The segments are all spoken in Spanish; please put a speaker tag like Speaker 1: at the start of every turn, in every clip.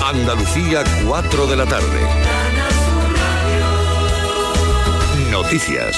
Speaker 1: Andalucía, 4 de la tarde. Noticias.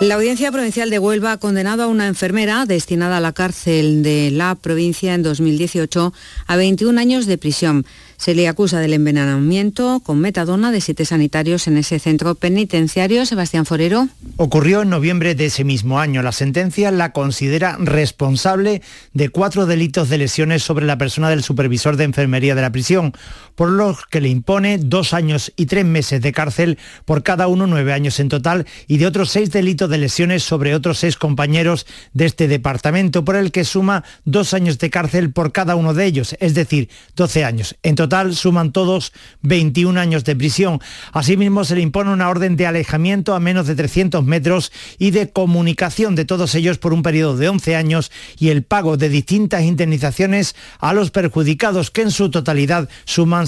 Speaker 2: La Audiencia Provincial de Huelva ha condenado a una enfermera destinada a la cárcel de la provincia en 2018 a 21 años de prisión. Se le acusa del envenenamiento con metadona de siete sanitarios en ese centro penitenciario. Sebastián Forero.
Speaker 3: Ocurrió en noviembre de ese mismo año. La sentencia la considera responsable de cuatro delitos de lesiones sobre la persona del supervisor de enfermería de la prisión, por los que le impone dos años y tres meses de cárcel por cada uno, nueve años en total, y de otros seis delitos de lesiones sobre otros seis compañeros de este departamento, por el que suma dos años de cárcel por cada uno de ellos, es decir, 12 años. En total suman todos 21 años de prisión. Asimismo, se le impone una orden de alejamiento a menos de 300 metros y de comunicación de todos ellos por un periodo de 11 años y el pago de distintas indemnizaciones a los perjudicados, que en su totalidad suman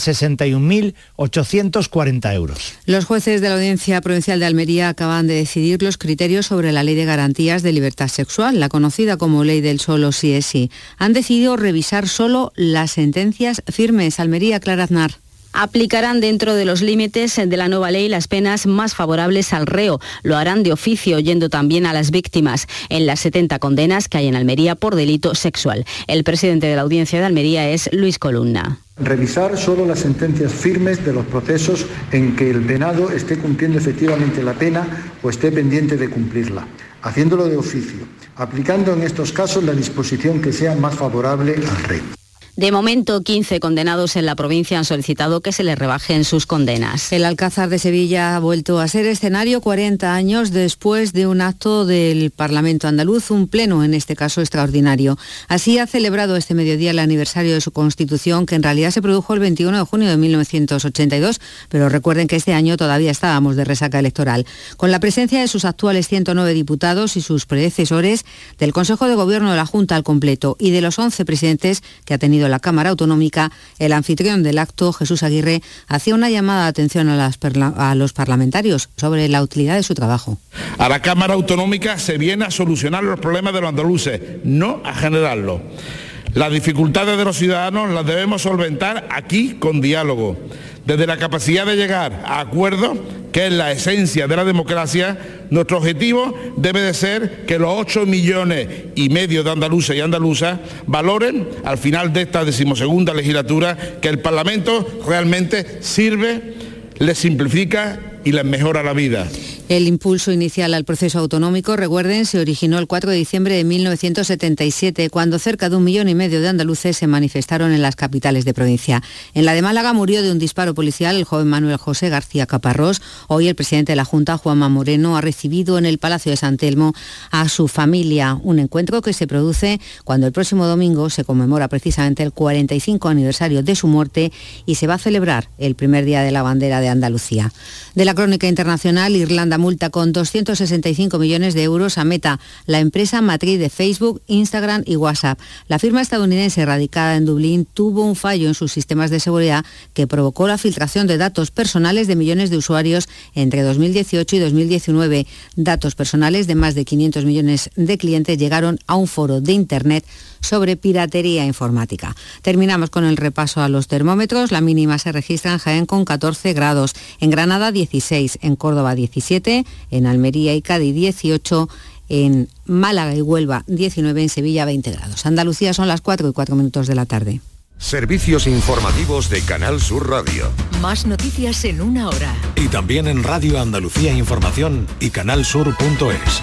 Speaker 3: 61.840 euros.
Speaker 2: Los jueces de la Audiencia Provincial de Almería acaban de decidir los criterios sobre la Ley de Garantías de Libertad Sexual, la conocida como Ley del Solo Sí es Sí. Han decidido revisar solo las sentencias firmes. Almería, Clara Aznar
Speaker 4: aplicarán dentro de los límites de la nueva ley las penas más favorables al reo. Lo harán de oficio, yendo también a las víctimas, en las 70 condenas que hay en Almería por delito sexual. El presidente de la Audiencia de Almería es Luis Columna.
Speaker 5: Revisar solo las sentencias firmes de los procesos en que el penado esté cumpliendo efectivamente la pena o esté pendiente de cumplirla, haciéndolo de oficio, aplicando en estos casos la disposición que sea más favorable al reo.
Speaker 4: De momento, 15 condenados en la provincia han solicitado que se les rebajen sus condenas.
Speaker 2: El Alcázar de Sevilla ha vuelto a ser escenario 40 años después de un acto del Parlamento andaluz, un pleno en este caso extraordinario. Así ha celebrado este mediodía el aniversario de su constitución, que en realidad se produjo el 21 de junio de 1982, pero recuerden que este año todavía estábamos de resaca electoral. Con la presencia de sus actuales 109 diputados y sus predecesores, del Consejo de Gobierno de la Junta al completo y de los 11 presidentes que ha tenido la Cámara Autonómica, el anfitrión del acto, Jesús Aguirre, hacía una llamada de atención a, las a, los parlamentarios sobre la utilidad de su trabajo.
Speaker 6: A la Cámara Autonómica se viene a solucionar los problemas de los andaluces, no a generarlos. Las dificultades de los ciudadanos las debemos solventar aquí con diálogo, desde la capacidad de llegar a acuerdos, que es la esencia de la democracia. Nuestro objetivo debe de ser que los 8 millones y medio de andaluces y andaluzas valoren al final de esta decimosegunda legislatura que el Parlamento realmente sirve, les simplifica y les mejora la vida.
Speaker 2: El impulso inicial al proceso autonómico, recuerden, se originó el 4 de diciembre de 1977, cuando cerca de un millón y medio de andaluces se manifestaron en las capitales de provincia. En la de Málaga murió de un disparo policial el joven Manuel José García Caparrós. Hoy el presidente de la Junta, Juanma Moreno, ha recibido en el Palacio de San Telmo a su familia, un encuentro que se produce cuando el próximo domingo se conmemora precisamente el 45 aniversario de su muerte y se va a celebrar el primer día de la bandera de Andalucía. De la crónica internacional, Irlanda multa con 265 millones de euros a Meta, la empresa matriz de Facebook, Instagram y WhatsApp. La firma estadounidense radicada en Dublín tuvo un fallo en sus sistemas de seguridad que provocó la filtración de datos personales de millones de usuarios entre 2018 y 2019. Datos personales de más de 500 millones de clientes llegaron a un foro de Internet sobre piratería informática. Terminamos con el repaso a los termómetros. La mínima se registra en Jaén con 14 grados, en Granada 16, en Córdoba 17, en Almería y Cádiz 18, en Málaga y Huelva 19, en Sevilla 20 grados. Andalucía son las 4 y 4 minutos de la tarde.
Speaker 1: Servicios informativos de Canal Sur Radio.
Speaker 7: Más noticias en una hora.
Speaker 8: Y también en Radio Andalucía Información y canalsur.es.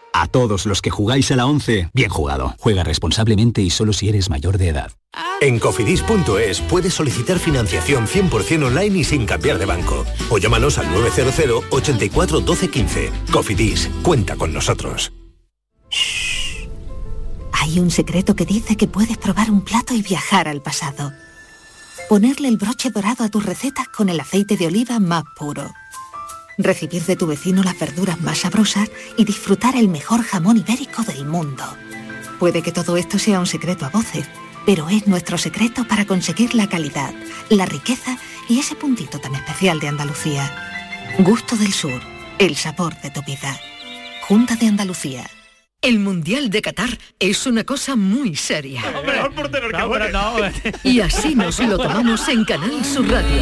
Speaker 9: A todos los que jugáis a la 11, bien jugado. Juega responsablemente y solo si eres mayor de edad.
Speaker 8: En cofidis.es puedes solicitar financiación 100% online y sin cambiar de banco. O llámanos al 900 84 12 15. Cofidis, cuenta con nosotros.
Speaker 10: Shh. Hay un secreto que dice que puedes probar un plato y viajar al pasado. Ponerle el broche dorado a tus recetas con el aceite de oliva más puro recibir de tu vecino las verduras más sabrosas y disfrutar el mejor jamón ibérico del mundo. Puede que todo esto sea un secreto a voces, pero es nuestro secreto para conseguir la calidad, la riqueza y ese puntito tan especial de Andalucía. Gusto del Sur, el sabor de tu vida. Junta de Andalucía.
Speaker 7: El Mundial de Qatar es una cosa muy seria. Y así nos lo tomamos en Canal Sur Radio.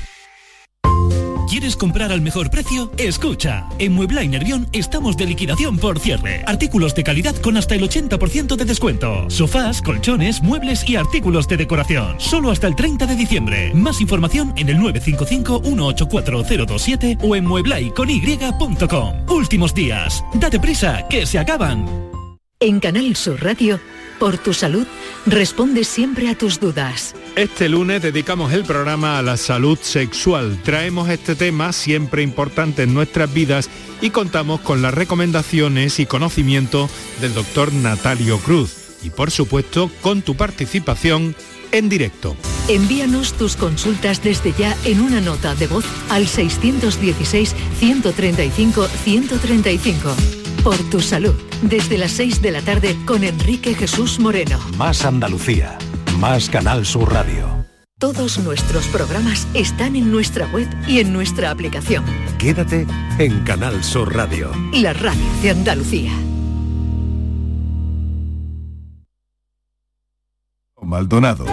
Speaker 11: ¿Quieres comprar al mejor precio? Escucha. En Muebla y Nervión estamos de liquidación por cierre. Artículos de calidad con hasta el 80% de descuento. Sofás, colchones, muebles y artículos de decoración. Solo hasta el 30 de diciembre. Más información en el 955-184027 o en mueblaiconY.com. Últimos días. Date prisa, que se acaban.
Speaker 7: En Canal Sur Radio, por tu salud, responde siempre a tus dudas.
Speaker 12: Este lunes dedicamos el programa a la salud sexual. Traemos este tema siempre importante en nuestras vidas y contamos con las recomendaciones y conocimiento del doctor Natalio Cruz. Y por supuesto, con tu participación en directo.
Speaker 7: Envíanos tus consultas desde ya en una nota de voz al 616 135 135. Por tu salud. Desde las 6 de la tarde con Enrique Jesús Moreno.
Speaker 13: Más Andalucía. Más Canal Sur Radio.
Speaker 7: Todos nuestros programas están en nuestra web y en nuestra aplicación.
Speaker 13: Quédate en Canal Sur Radio.
Speaker 7: La radio de Andalucía.
Speaker 14: Maldonado.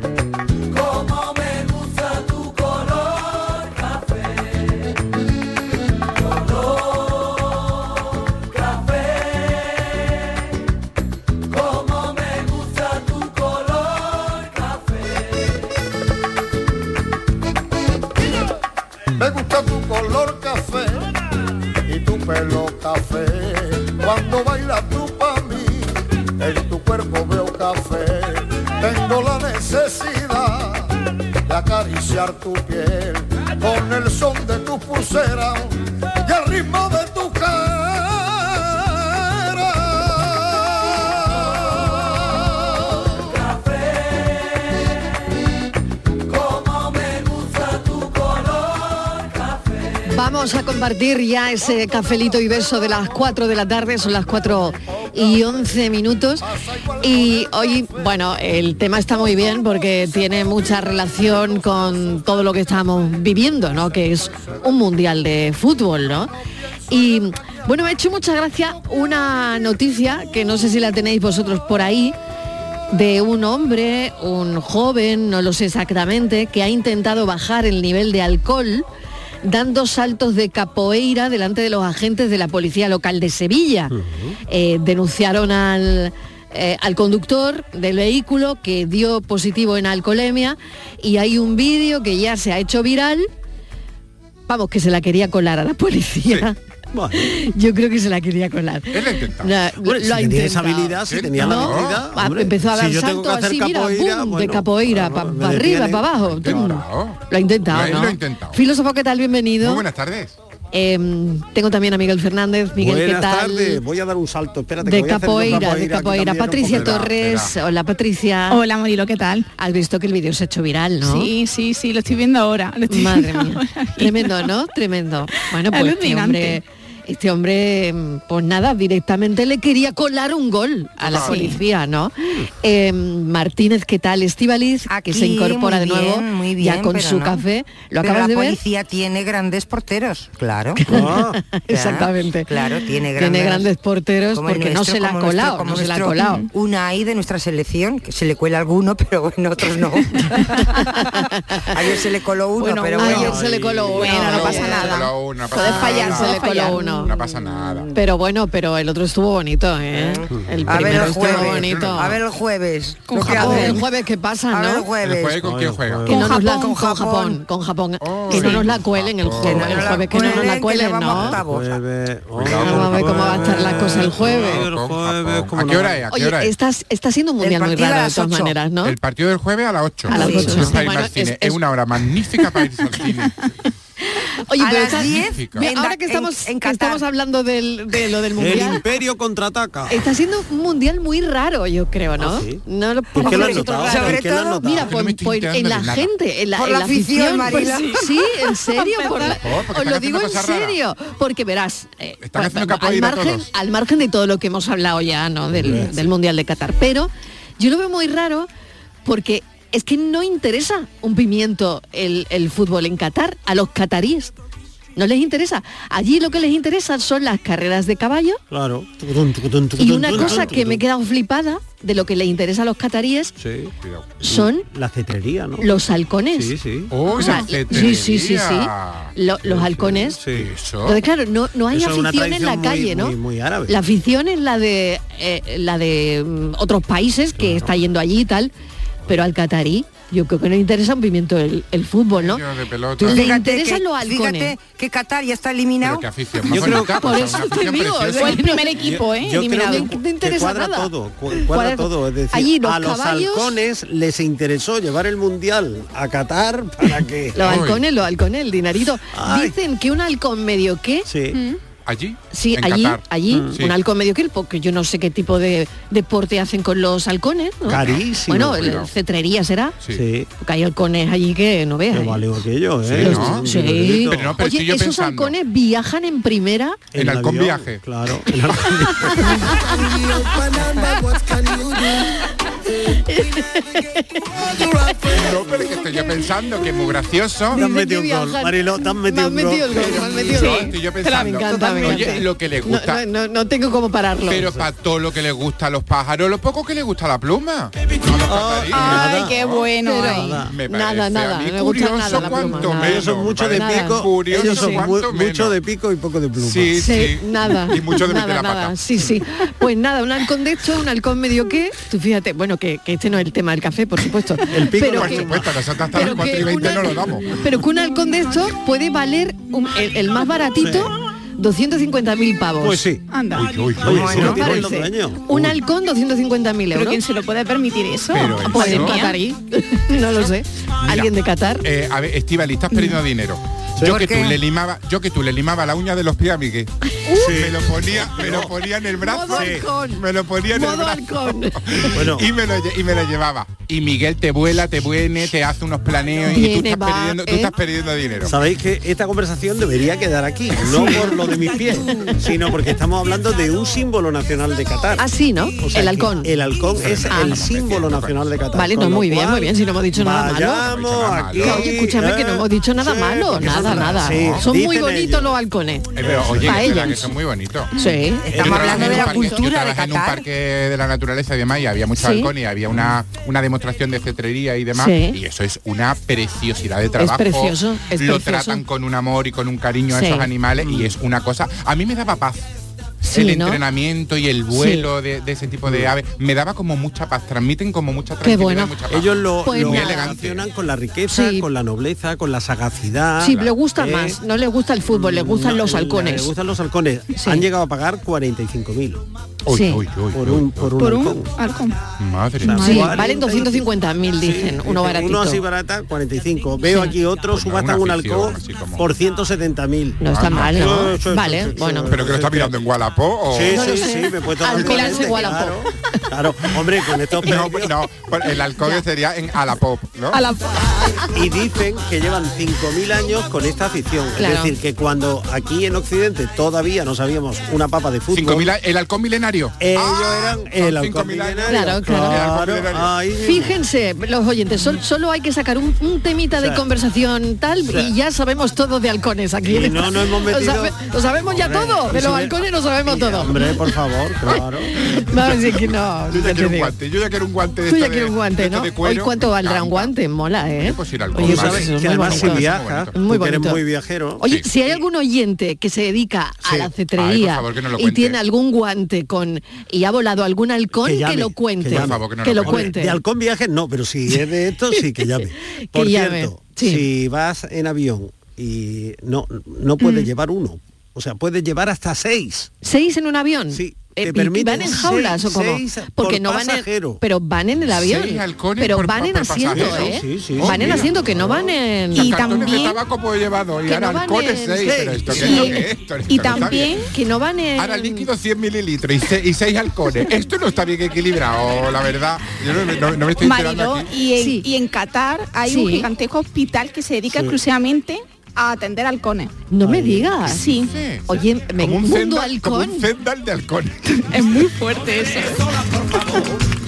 Speaker 15: Como me gusta tu color café, color café. Como me gusta tu color café.
Speaker 3: Me gusta tu color café y tu pelo café. Cuando bailas tú para mí, en tu cuerpo veo café. Tengo la necesidad de acariciar tu piel con el son de tu pulsera y el ritmo de tu cara.
Speaker 15: Como me gusta tu color café.
Speaker 16: Vamos a compartir ya ese cafelito y beso de las 4 de la tarde, son las 4 y 11 minutos. Y hoy, bueno, el tema está muy bien porque tiene mucha relación con todo lo que estamos viviendo, ¿no? Que es un mundial de fútbol, ¿no? Y bueno, me ha hecho mucha gracia una noticia que no sé si la tenéis vosotros por ahí de un hombre, un joven, no lo sé exactamente, que ha intentado bajar el nivel de alcohol dando saltos de capoeira delante de los agentes de la policía local de Sevilla. Eh, denunciaron al, eh, al conductor del vehículo que dio positivo en alcoholemia y hay un vídeo que ya se ha hecho viral. Vamos, que se la quería colar a la policía. Yo creo que se la quería colar. La-
Speaker 17: Bueno, si
Speaker 16: ha
Speaker 17: tenía esa
Speaker 16: intentado.
Speaker 17: habilidad, si tenía la
Speaker 16: No,
Speaker 17: habilidad,
Speaker 16: ah,
Speaker 17: hombre.
Speaker 16: empezó a dar
Speaker 17: Si yo tengo
Speaker 16: saltos
Speaker 17: que hacer
Speaker 16: así, mira,
Speaker 17: capoeira,
Speaker 16: boom, de
Speaker 17: bueno,
Speaker 16: capoeira, para
Speaker 17: me
Speaker 16: arriba,
Speaker 17: detienen.
Speaker 16: para abajo. Lo ha intentado,
Speaker 12: Él
Speaker 16: ¿no?
Speaker 12: lo ha intentado.
Speaker 16: Filósofo, ¿qué tal? Bienvenido.
Speaker 12: Muy buenas tardes.
Speaker 16: Eh, tengo también a Miguel Fernández. Miguel,
Speaker 17: Buenas
Speaker 16: ¿qué tal?
Speaker 17: tardes, voy a dar un salto, espérate. que
Speaker 16: De
Speaker 17: voy a hacer una
Speaker 16: capoeira, de
Speaker 17: aquí
Speaker 16: capoeira.
Speaker 17: también, ¿no?
Speaker 16: Patricia
Speaker 17: Porque-
Speaker 16: Torres, hola Patricia.
Speaker 14: Hola Marilo, ¿qué tal?
Speaker 16: Has visto que el vídeo se ha hecho viral, ¿no?
Speaker 14: Sí, sí, sí, lo estoy viendo ahora. Lo estoy
Speaker 16: Madre
Speaker 14: viendo
Speaker 16: mía. Tremendo, ¿no? Tremendo. Bueno, pues este
Speaker 14: Alucinante.
Speaker 16: hombre, este hombre, mm, pues nada, directamente le quería colar un gol a la
Speaker 14: Sí.
Speaker 16: policía, ¿no? Eh, Martínez, ¿qué tal? Estivaliz, que se
Speaker 15: Aquí,
Speaker 16: incorpora de
Speaker 15: muy
Speaker 16: nuevo,
Speaker 15: bien, muy
Speaker 16: ya
Speaker 15: bien,
Speaker 16: con
Speaker 15: pero
Speaker 16: su
Speaker 15: no.
Speaker 16: café. ¿Lo
Speaker 15: Pero
Speaker 16: acabas
Speaker 15: la
Speaker 16: de ver?
Speaker 15: policía tiene grandes porteros, claro.
Speaker 16: Ah. Exactamente.
Speaker 15: Claro, tiene
Speaker 16: Tiene
Speaker 15: grandes,
Speaker 16: grandes porteros
Speaker 15: como el
Speaker 16: porque no se la ha
Speaker 15: como nuestro-
Speaker 16: colado,
Speaker 15: como
Speaker 16: no se la ha
Speaker 15: nuestro
Speaker 16: colado.
Speaker 15: Una ahí de nuestra selección, que se le cuela alguno, pero bueno, otros no. ayer se le coló uno,
Speaker 16: Bueno,
Speaker 15: pero
Speaker 16: ayer
Speaker 15: bueno.
Speaker 16: se le coló uno.
Speaker 15: Bueno,
Speaker 16: no
Speaker 18: Eh,
Speaker 16: pasa
Speaker 15: nada.
Speaker 12: Oh,
Speaker 16: Puede fallar, se le coló uno.
Speaker 12: No pasa nada.
Speaker 16: Pero bueno, pero el otro estuvo bonito, ¿eh? El
Speaker 15: A ver
Speaker 16: primero
Speaker 15: el
Speaker 16: estuvo
Speaker 15: jueves.
Speaker 16: bonito.
Speaker 15: A ver el jueves.
Speaker 16: Con
Speaker 15: lo que
Speaker 16: Japón.
Speaker 15: hacen.
Speaker 16: El jueves que pasa,
Speaker 15: A ver
Speaker 16: ¿no?
Speaker 15: el jueves.
Speaker 12: ¿El jueves con quién juega?
Speaker 16: Que no nos la-
Speaker 15: Con
Speaker 16: con Japón,
Speaker 15: Japón. Oh.
Speaker 16: con Japón. que no nos la cuelen el jueves, el jueves que no nos la cuelen, ¿no?
Speaker 17: Jueves,
Speaker 16: Vamos a ver cómo va a estar la cosa el jueves.
Speaker 12: ¿A qué hora es? ¿A qué hora
Speaker 16: Oye,
Speaker 12: es?
Speaker 16: está, está siendo un mundial muy
Speaker 12: partido a
Speaker 16: raro de
Speaker 12: las
Speaker 16: todas
Speaker 12: ocho.
Speaker 16: maneras, ¿no?
Speaker 12: El partido del jueves a las 8.
Speaker 16: A las ocho. Bueno,
Speaker 12: Es,
Speaker 16: es-
Speaker 12: una hora magnífica para irse al cine.
Speaker 16: Oye,
Speaker 15: a
Speaker 16: pero
Speaker 15: las
Speaker 16: está-
Speaker 15: 10
Speaker 16: Ve,
Speaker 15: en-
Speaker 16: ahora que
Speaker 15: en-
Speaker 16: estamos,
Speaker 15: en
Speaker 16: que estamos hablando del- de lo del
Speaker 17: El
Speaker 16: mundial,
Speaker 17: imperio contraataca.
Speaker 16: está siendo un mundial muy raro, yo creo, ¿no?
Speaker 17: Ah, sí.
Speaker 16: No lo
Speaker 17: ¿Por qué lo has
Speaker 16: nosotros
Speaker 17: notado?
Speaker 16: raro.
Speaker 17: ¿Por qué lo has notado?
Speaker 16: Mira,
Speaker 17: Que no
Speaker 16: por-
Speaker 17: me estoy
Speaker 16: por- en
Speaker 17: enterando
Speaker 16: la
Speaker 17: de nada.
Speaker 16: gente, en la,
Speaker 17: Por
Speaker 16: en
Speaker 17: la afición,
Speaker 16: pues
Speaker 17: Marila.
Speaker 16: sí, en serio,
Speaker 17: Para
Speaker 16: por la-
Speaker 17: empezar. Por, porque
Speaker 16: os
Speaker 17: están
Speaker 16: lo
Speaker 17: haciendo
Speaker 16: digo en
Speaker 17: cosas raras.
Speaker 16: serio, porque verás, eh,
Speaker 17: Están
Speaker 16: pa-
Speaker 17: haciendo
Speaker 16: pa- al,
Speaker 17: capoeira
Speaker 16: margen,
Speaker 17: todos.
Speaker 16: al margen de todo lo que hemos hablado ya, ¿no? Del, del mundial de Qatar, pero yo lo veo muy raro porque es que no interesa un pimiento el, el fútbol en Qatar a los cataríes. No les interesa. Allí lo que les interesa son las carreras de caballo
Speaker 17: Claro.
Speaker 16: y una cosa que me he quedado flipada de lo que le interesa a los cataríes
Speaker 17: Sí.
Speaker 16: son
Speaker 17: La cetrería, ¿no?
Speaker 16: los halcones.
Speaker 17: Sí, sí.
Speaker 16: O sea, sí, sí, sí, sí. Lo- los halcones.
Speaker 17: Sí.
Speaker 16: Entonces, claro, no, no hay
Speaker 17: Eso es una
Speaker 16: afición en la
Speaker 17: tradición muy-
Speaker 16: calle, ¿no?
Speaker 17: muy- muy árabe.
Speaker 16: La afición es la de eh, la de mm, otros países que está yendo allí y tal, pero al catarí yo creo que no le interesa un pimiento el, el fútbol, ¿no?
Speaker 12: Niños de pelota.
Speaker 16: Le
Speaker 15: Fíjate
Speaker 16: interesan
Speaker 15: que-
Speaker 16: los halcones.
Speaker 15: Fíjate que Qatar ya está eliminado.
Speaker 12: Pero qué afición
Speaker 17: Yo
Speaker 12: más
Speaker 17: creo-
Speaker 12: bonita,
Speaker 17: por
Speaker 12: o sea,
Speaker 17: eso
Speaker 12: una
Speaker 17: te
Speaker 12: afición
Speaker 17: digo,
Speaker 12: preciosa.
Speaker 16: fue el primer ¿eh?
Speaker 17: Yo-
Speaker 15: ¿eh?
Speaker 17: yo creo que-
Speaker 16: No
Speaker 17: que
Speaker 16: te interesa
Speaker 17: cuadra
Speaker 16: nada.
Speaker 17: todo, cu- cuadra
Speaker 16: Cuadra-
Speaker 17: todo. Es decir,
Speaker 16: Allí los
Speaker 17: a los
Speaker 16: caballos-
Speaker 17: halcones les interesó llevar el mundial a Qatar para que
Speaker 16: Los halcones, los halcones, el dinarito.
Speaker 17: Ay.
Speaker 16: Dicen que un halcón medio qué
Speaker 17: Sí.
Speaker 16: Mm.
Speaker 18: allí.
Speaker 16: Sí,
Speaker 18: en
Speaker 16: allí,
Speaker 18: Qatar.
Speaker 16: allí,
Speaker 18: Mm. Sí.
Speaker 16: un halcón medio kilo, porque yo no sé qué tipo de deporte hacen con los halcones. ¿no?
Speaker 17: Carísimo.
Speaker 16: Bueno, el-
Speaker 17: Cuidado.
Speaker 16: el cetrería será.
Speaker 17: Sí.
Speaker 16: Porque hay halcones allí que no veas.
Speaker 17: Qué
Speaker 16: ¿eh?
Speaker 17: valió aquello,
Speaker 16: Sí,
Speaker 17: ¿eh?
Speaker 16: ¿no? Sí.
Speaker 18: Pero no, pero
Speaker 16: Oye,
Speaker 18: estoy yo
Speaker 16: esos
Speaker 18: pensando.
Speaker 16: halcones viajan en primera.
Speaker 18: En halcón
Speaker 17: avión,
Speaker 18: viaje.
Speaker 17: Claro.
Speaker 18: No, pero es que estoy yo pensando que es muy gracioso.
Speaker 17: Te has metido un gol, Marilo, te has metido un gol.
Speaker 18: No, estoy yo pensando.
Speaker 16: me encanta, me
Speaker 18: Oye,
Speaker 16: encanta.
Speaker 18: lo que le
Speaker 16: No,
Speaker 18: gusta.
Speaker 16: no, no, no tengo cómo pararlo.
Speaker 18: Pero para todo lo que le gusta a los pájaros, lo poco que le gusta la pluma.
Speaker 14: Ay, qué bueno. ay.
Speaker 18: Me parece
Speaker 16: Nada, nada,
Speaker 18: a
Speaker 16: no
Speaker 18: mí
Speaker 16: me gusta
Speaker 18: curioso
Speaker 16: nada la pluma.
Speaker 18: cuanto
Speaker 16: nada.
Speaker 18: menos.
Speaker 17: Son mucho de
Speaker 16: Nada.
Speaker 17: pico,
Speaker 16: Curioso,
Speaker 17: ellos son
Speaker 16: cuanto
Speaker 17: mu- mucho
Speaker 18: menos.
Speaker 17: de pico y poco de pluma.
Speaker 18: Sí,
Speaker 16: Sí, nada.
Speaker 17: Y mucho de meter
Speaker 16: nada,
Speaker 17: la pata.
Speaker 16: nada. Sí, sí. Pues nada, un halcón de hecho, un halcón medio que, tú fíjate, bueno, que, que este no es el tema del café, por supuesto.
Speaker 18: El pico,
Speaker 16: pero
Speaker 18: por
Speaker 16: que,
Speaker 18: supuesto, nosotros hasta las 4 y 20 no lo damos.
Speaker 16: pero que un halcón de estos puede valer un- el, el más baratito 250.000 pavos.
Speaker 17: Pues sí.
Speaker 16: Anda.
Speaker 17: Oye,
Speaker 16: Bueno,
Speaker 17: si no tiene
Speaker 16: parece.
Speaker 17: los dueños.
Speaker 16: Un halcón 250.000 euros.
Speaker 14: ¿Pero quién se lo puede permitir eso?
Speaker 18: Pero
Speaker 16: Pues
Speaker 18: eso-
Speaker 16: en Qatarí. no lo sé. ¿Alguien de Qatar?
Speaker 18: Eh, a ver, Estivali, estás perdiendo dinero.
Speaker 16: Mm. Sí.
Speaker 18: Yo
Speaker 16: ¿Por
Speaker 18: que, tú
Speaker 16: qué?
Speaker 18: le limaba, yo que tú le limaba la uña de los pies a Miguel. Me lo ponía, me lo ponía en el brazo.
Speaker 16: Modo halcón.
Speaker 18: Me lo ponía en el
Speaker 16: Modo
Speaker 18: brazo.
Speaker 16: halcón.
Speaker 18: Y, me lo, lle- y me lo llevaba. Y Miguel te vuela, te vuelve, te hace unos planeos y tú
Speaker 17: Viene,
Speaker 18: estás,
Speaker 17: va,
Speaker 18: perdiendo, tú
Speaker 17: ¿eh?
Speaker 18: estás perdiendo dinero.
Speaker 17: Sabéis que esta conversación debería quedar aquí, no por lo de mis pies, sino porque estamos hablando de un símbolo nacional de Qatar.
Speaker 16: Así, ¿no?
Speaker 17: O sea
Speaker 16: el
Speaker 17: que
Speaker 16: halcón.
Speaker 17: El halcón es
Speaker 16: Ah.
Speaker 17: el símbolo nacional de Qatar.
Speaker 16: Vale, no,
Speaker 17: Con lo
Speaker 16: muy bien,
Speaker 17: cual,
Speaker 16: muy bien, si no hemos dicho nada malo.
Speaker 17: vayamos Ah, aquí,
Speaker 16: No, oye, escúchame que no
Speaker 17: eh,
Speaker 16: hemos dicho nada
Speaker 17: sí,
Speaker 16: malo,
Speaker 17: porque eso
Speaker 16: nada,
Speaker 17: es verdad,
Speaker 16: nada.
Speaker 17: sí,
Speaker 16: Son muy
Speaker 17: dicen
Speaker 16: bonitos
Speaker 17: ellos.
Speaker 16: los halcones.
Speaker 18: Eh, pero, oye,
Speaker 16: Pa'
Speaker 18: es verdad que
Speaker 16: ellos.
Speaker 18: son muy bonitos.
Speaker 16: Sí.
Speaker 18: Yo
Speaker 16: Estamos hablando
Speaker 18: trabajé en
Speaker 16: de
Speaker 18: un
Speaker 16: la
Speaker 18: parque- yo
Speaker 16: cultura de
Speaker 18: trabajé en un
Speaker 16: Qatar.
Speaker 18: parque de la naturaleza y demás y había mucho
Speaker 16: Sí.
Speaker 18: halcón y había una, una demostración de cetrería y demás.
Speaker 16: Sí.
Speaker 18: Y eso es una preciosidad de trabajo.
Speaker 16: precioso, es
Speaker 18: Lo
Speaker 16: precioso.
Speaker 18: tratan con un amor y con un cariño a
Speaker 16: Sí. Mm.
Speaker 18: esos animales y es una cosa. A mí me daba paz.
Speaker 16: Sí,
Speaker 18: el
Speaker 16: ¿no?
Speaker 18: entrenamiento y el vuelo de, de ese tipo
Speaker 17: Mm.
Speaker 18: de aves me daba como mucha paz, transmiten como mucha
Speaker 16: Qué
Speaker 18: tranquilidad,
Speaker 16: bueno.
Speaker 18: mucha paz.
Speaker 17: Ellos lo,
Speaker 16: Pues
Speaker 17: lo
Speaker 16: nada.
Speaker 17: relacionan con la riqueza, con la nobleza, con la sagacidad.
Speaker 16: Sí, le gusta
Speaker 17: ¿eh?
Speaker 16: más, no le gusta el fútbol, le gustan
Speaker 17: No,
Speaker 16: los halcones.
Speaker 17: Le gustan los halcones.
Speaker 16: Sí.
Speaker 17: Han llegado a pagar 45.000
Speaker 16: Uy, Sí.
Speaker 18: uy, uy,
Speaker 17: por un por un
Speaker 16: Por
Speaker 17: halcón.
Speaker 16: un halcón.
Speaker 18: Madre
Speaker 17: mía.
Speaker 16: Sí,
Speaker 17: Cuarenta
Speaker 16: valen 250.000, dicen, uno baratito.
Speaker 17: Uno así barata, 45. Veo aquí otro, subastan un
Speaker 18: una afición,
Speaker 17: halcón
Speaker 18: así
Speaker 17: por 170.000.
Speaker 16: No está mal, ¿no? Vale, bueno.
Speaker 18: Pero que lo está mirando en Wallapop o...
Speaker 17: Sí, sí, sí, me he puesto
Speaker 16: Al
Speaker 17: halcones,
Speaker 16: final se igual a poco.
Speaker 17: Claro, este hombre, con estos
Speaker 18: No, no, el halcón sería en Alapop, ¿no?
Speaker 17: y dicen que llevan 5.000 años con esta afición. Es
Speaker 18: Claro.
Speaker 17: decir, que cuando aquí en Occidente todavía no sabíamos una papa de fútbol...
Speaker 18: 5.000 a- el halcón milenario.
Speaker 17: Ellos
Speaker 18: Ah,
Speaker 17: eran el
Speaker 18: son
Speaker 17: halcón
Speaker 18: 5.000
Speaker 17: milenario.
Speaker 16: Claro, claro.
Speaker 17: Claro, Ah, ahí mismo.
Speaker 16: Fíjense, los oyentes, sol- solo hay que sacar un, un temita de
Speaker 17: Sí.
Speaker 16: conversación tal
Speaker 17: Sí.
Speaker 16: y ya sabemos todo de halcones aquí.
Speaker 17: Y no nos hemos
Speaker 16: Lo
Speaker 17: metido-
Speaker 16: sabe- Lo sabemos ya
Speaker 17: Hombre,
Speaker 16: todo, de
Speaker 17: sí,
Speaker 16: los halcones lo sabemos todo.
Speaker 17: Hombre, por favor, claro.
Speaker 16: No, sí que no.
Speaker 18: Yo ya
Speaker 16: te
Speaker 18: quiero un
Speaker 16: digo.
Speaker 18: guante, yo ya quiero un guante de
Speaker 16: Tú
Speaker 18: esta
Speaker 16: ya
Speaker 18: de-
Speaker 16: quieres un
Speaker 18: de
Speaker 16: guante,
Speaker 18: esta
Speaker 16: ¿no?
Speaker 18: de
Speaker 16: Hoy
Speaker 18: cuero.
Speaker 16: cuánto valdrá un guante, mola, ¿eh?
Speaker 18: Pues ir al
Speaker 17: Oye,
Speaker 18: Congreso.
Speaker 17: sabes
Speaker 18: Eso es muy
Speaker 17: que además si
Speaker 18: bonito.
Speaker 17: viajas,
Speaker 18: Muy
Speaker 17: tú que eres
Speaker 18: bonito.
Speaker 17: muy viajero.
Speaker 16: Oye, si hay algún oyente que se dedica a
Speaker 17: Sí.
Speaker 16: la cetrería
Speaker 17: Ay, por favor, que nos lo
Speaker 16: y
Speaker 17: cuente.
Speaker 16: tiene algún guante con y ha volado algún halcón, que,
Speaker 17: llame,
Speaker 16: lo cuente.
Speaker 17: llame.
Speaker 16: que lo cuente.
Speaker 17: De halcón viajes no, pero si es de esto, sí que llame. Por
Speaker 16: llame,
Speaker 17: cierto, si vas en avión y no, no
Speaker 16: Mm.
Speaker 17: puedes llevar uno, o sea, puedes llevar hasta seis.
Speaker 16: ¿Seis en un avión? Sí.
Speaker 17: te permiten
Speaker 16: van en jaulas
Speaker 17: seis-
Speaker 16: o como
Speaker 17: seis
Speaker 16: porque
Speaker 17: por
Speaker 16: no van en,
Speaker 17: pasajero.
Speaker 16: pero van en el avión
Speaker 17: Seis halcones
Speaker 16: pero
Speaker 17: por
Speaker 16: van
Speaker 17: pa-
Speaker 16: en
Speaker 17: por
Speaker 16: asiento
Speaker 17: pasajero.
Speaker 16: eh
Speaker 17: Sí, sí,
Speaker 16: van
Speaker 17: sí,
Speaker 16: en
Speaker 17: mira.
Speaker 16: asiento que no van en
Speaker 18: Y cartones de tabaco puedo llevar dos y
Speaker 16: que
Speaker 18: ahora
Speaker 16: no van
Speaker 18: halcones
Speaker 16: en-
Speaker 18: seis. Pero esto que no es, esto- esto
Speaker 14: Y
Speaker 18: no está
Speaker 14: también
Speaker 18: bien.
Speaker 16: que no van en
Speaker 18: Ahora líquido 100 mililitros y, se- y seis halcones. Esto no está bien equilibrado, la verdad. Yo no, no- no me estoy enterando
Speaker 14: Mariló,
Speaker 18: aquí.
Speaker 14: y en, y en Qatar hay un
Speaker 16: Sí.
Speaker 14: gigantesco hospital que se dedica
Speaker 18: Sí.
Speaker 14: exclusivamente a atender halcones.
Speaker 16: no me digas
Speaker 14: Sí.
Speaker 16: oye me
Speaker 18: Como un,
Speaker 16: mundo
Speaker 18: zendal, como
Speaker 16: halcón
Speaker 18: un zendal de halcones.
Speaker 14: Es muy fuerte eso.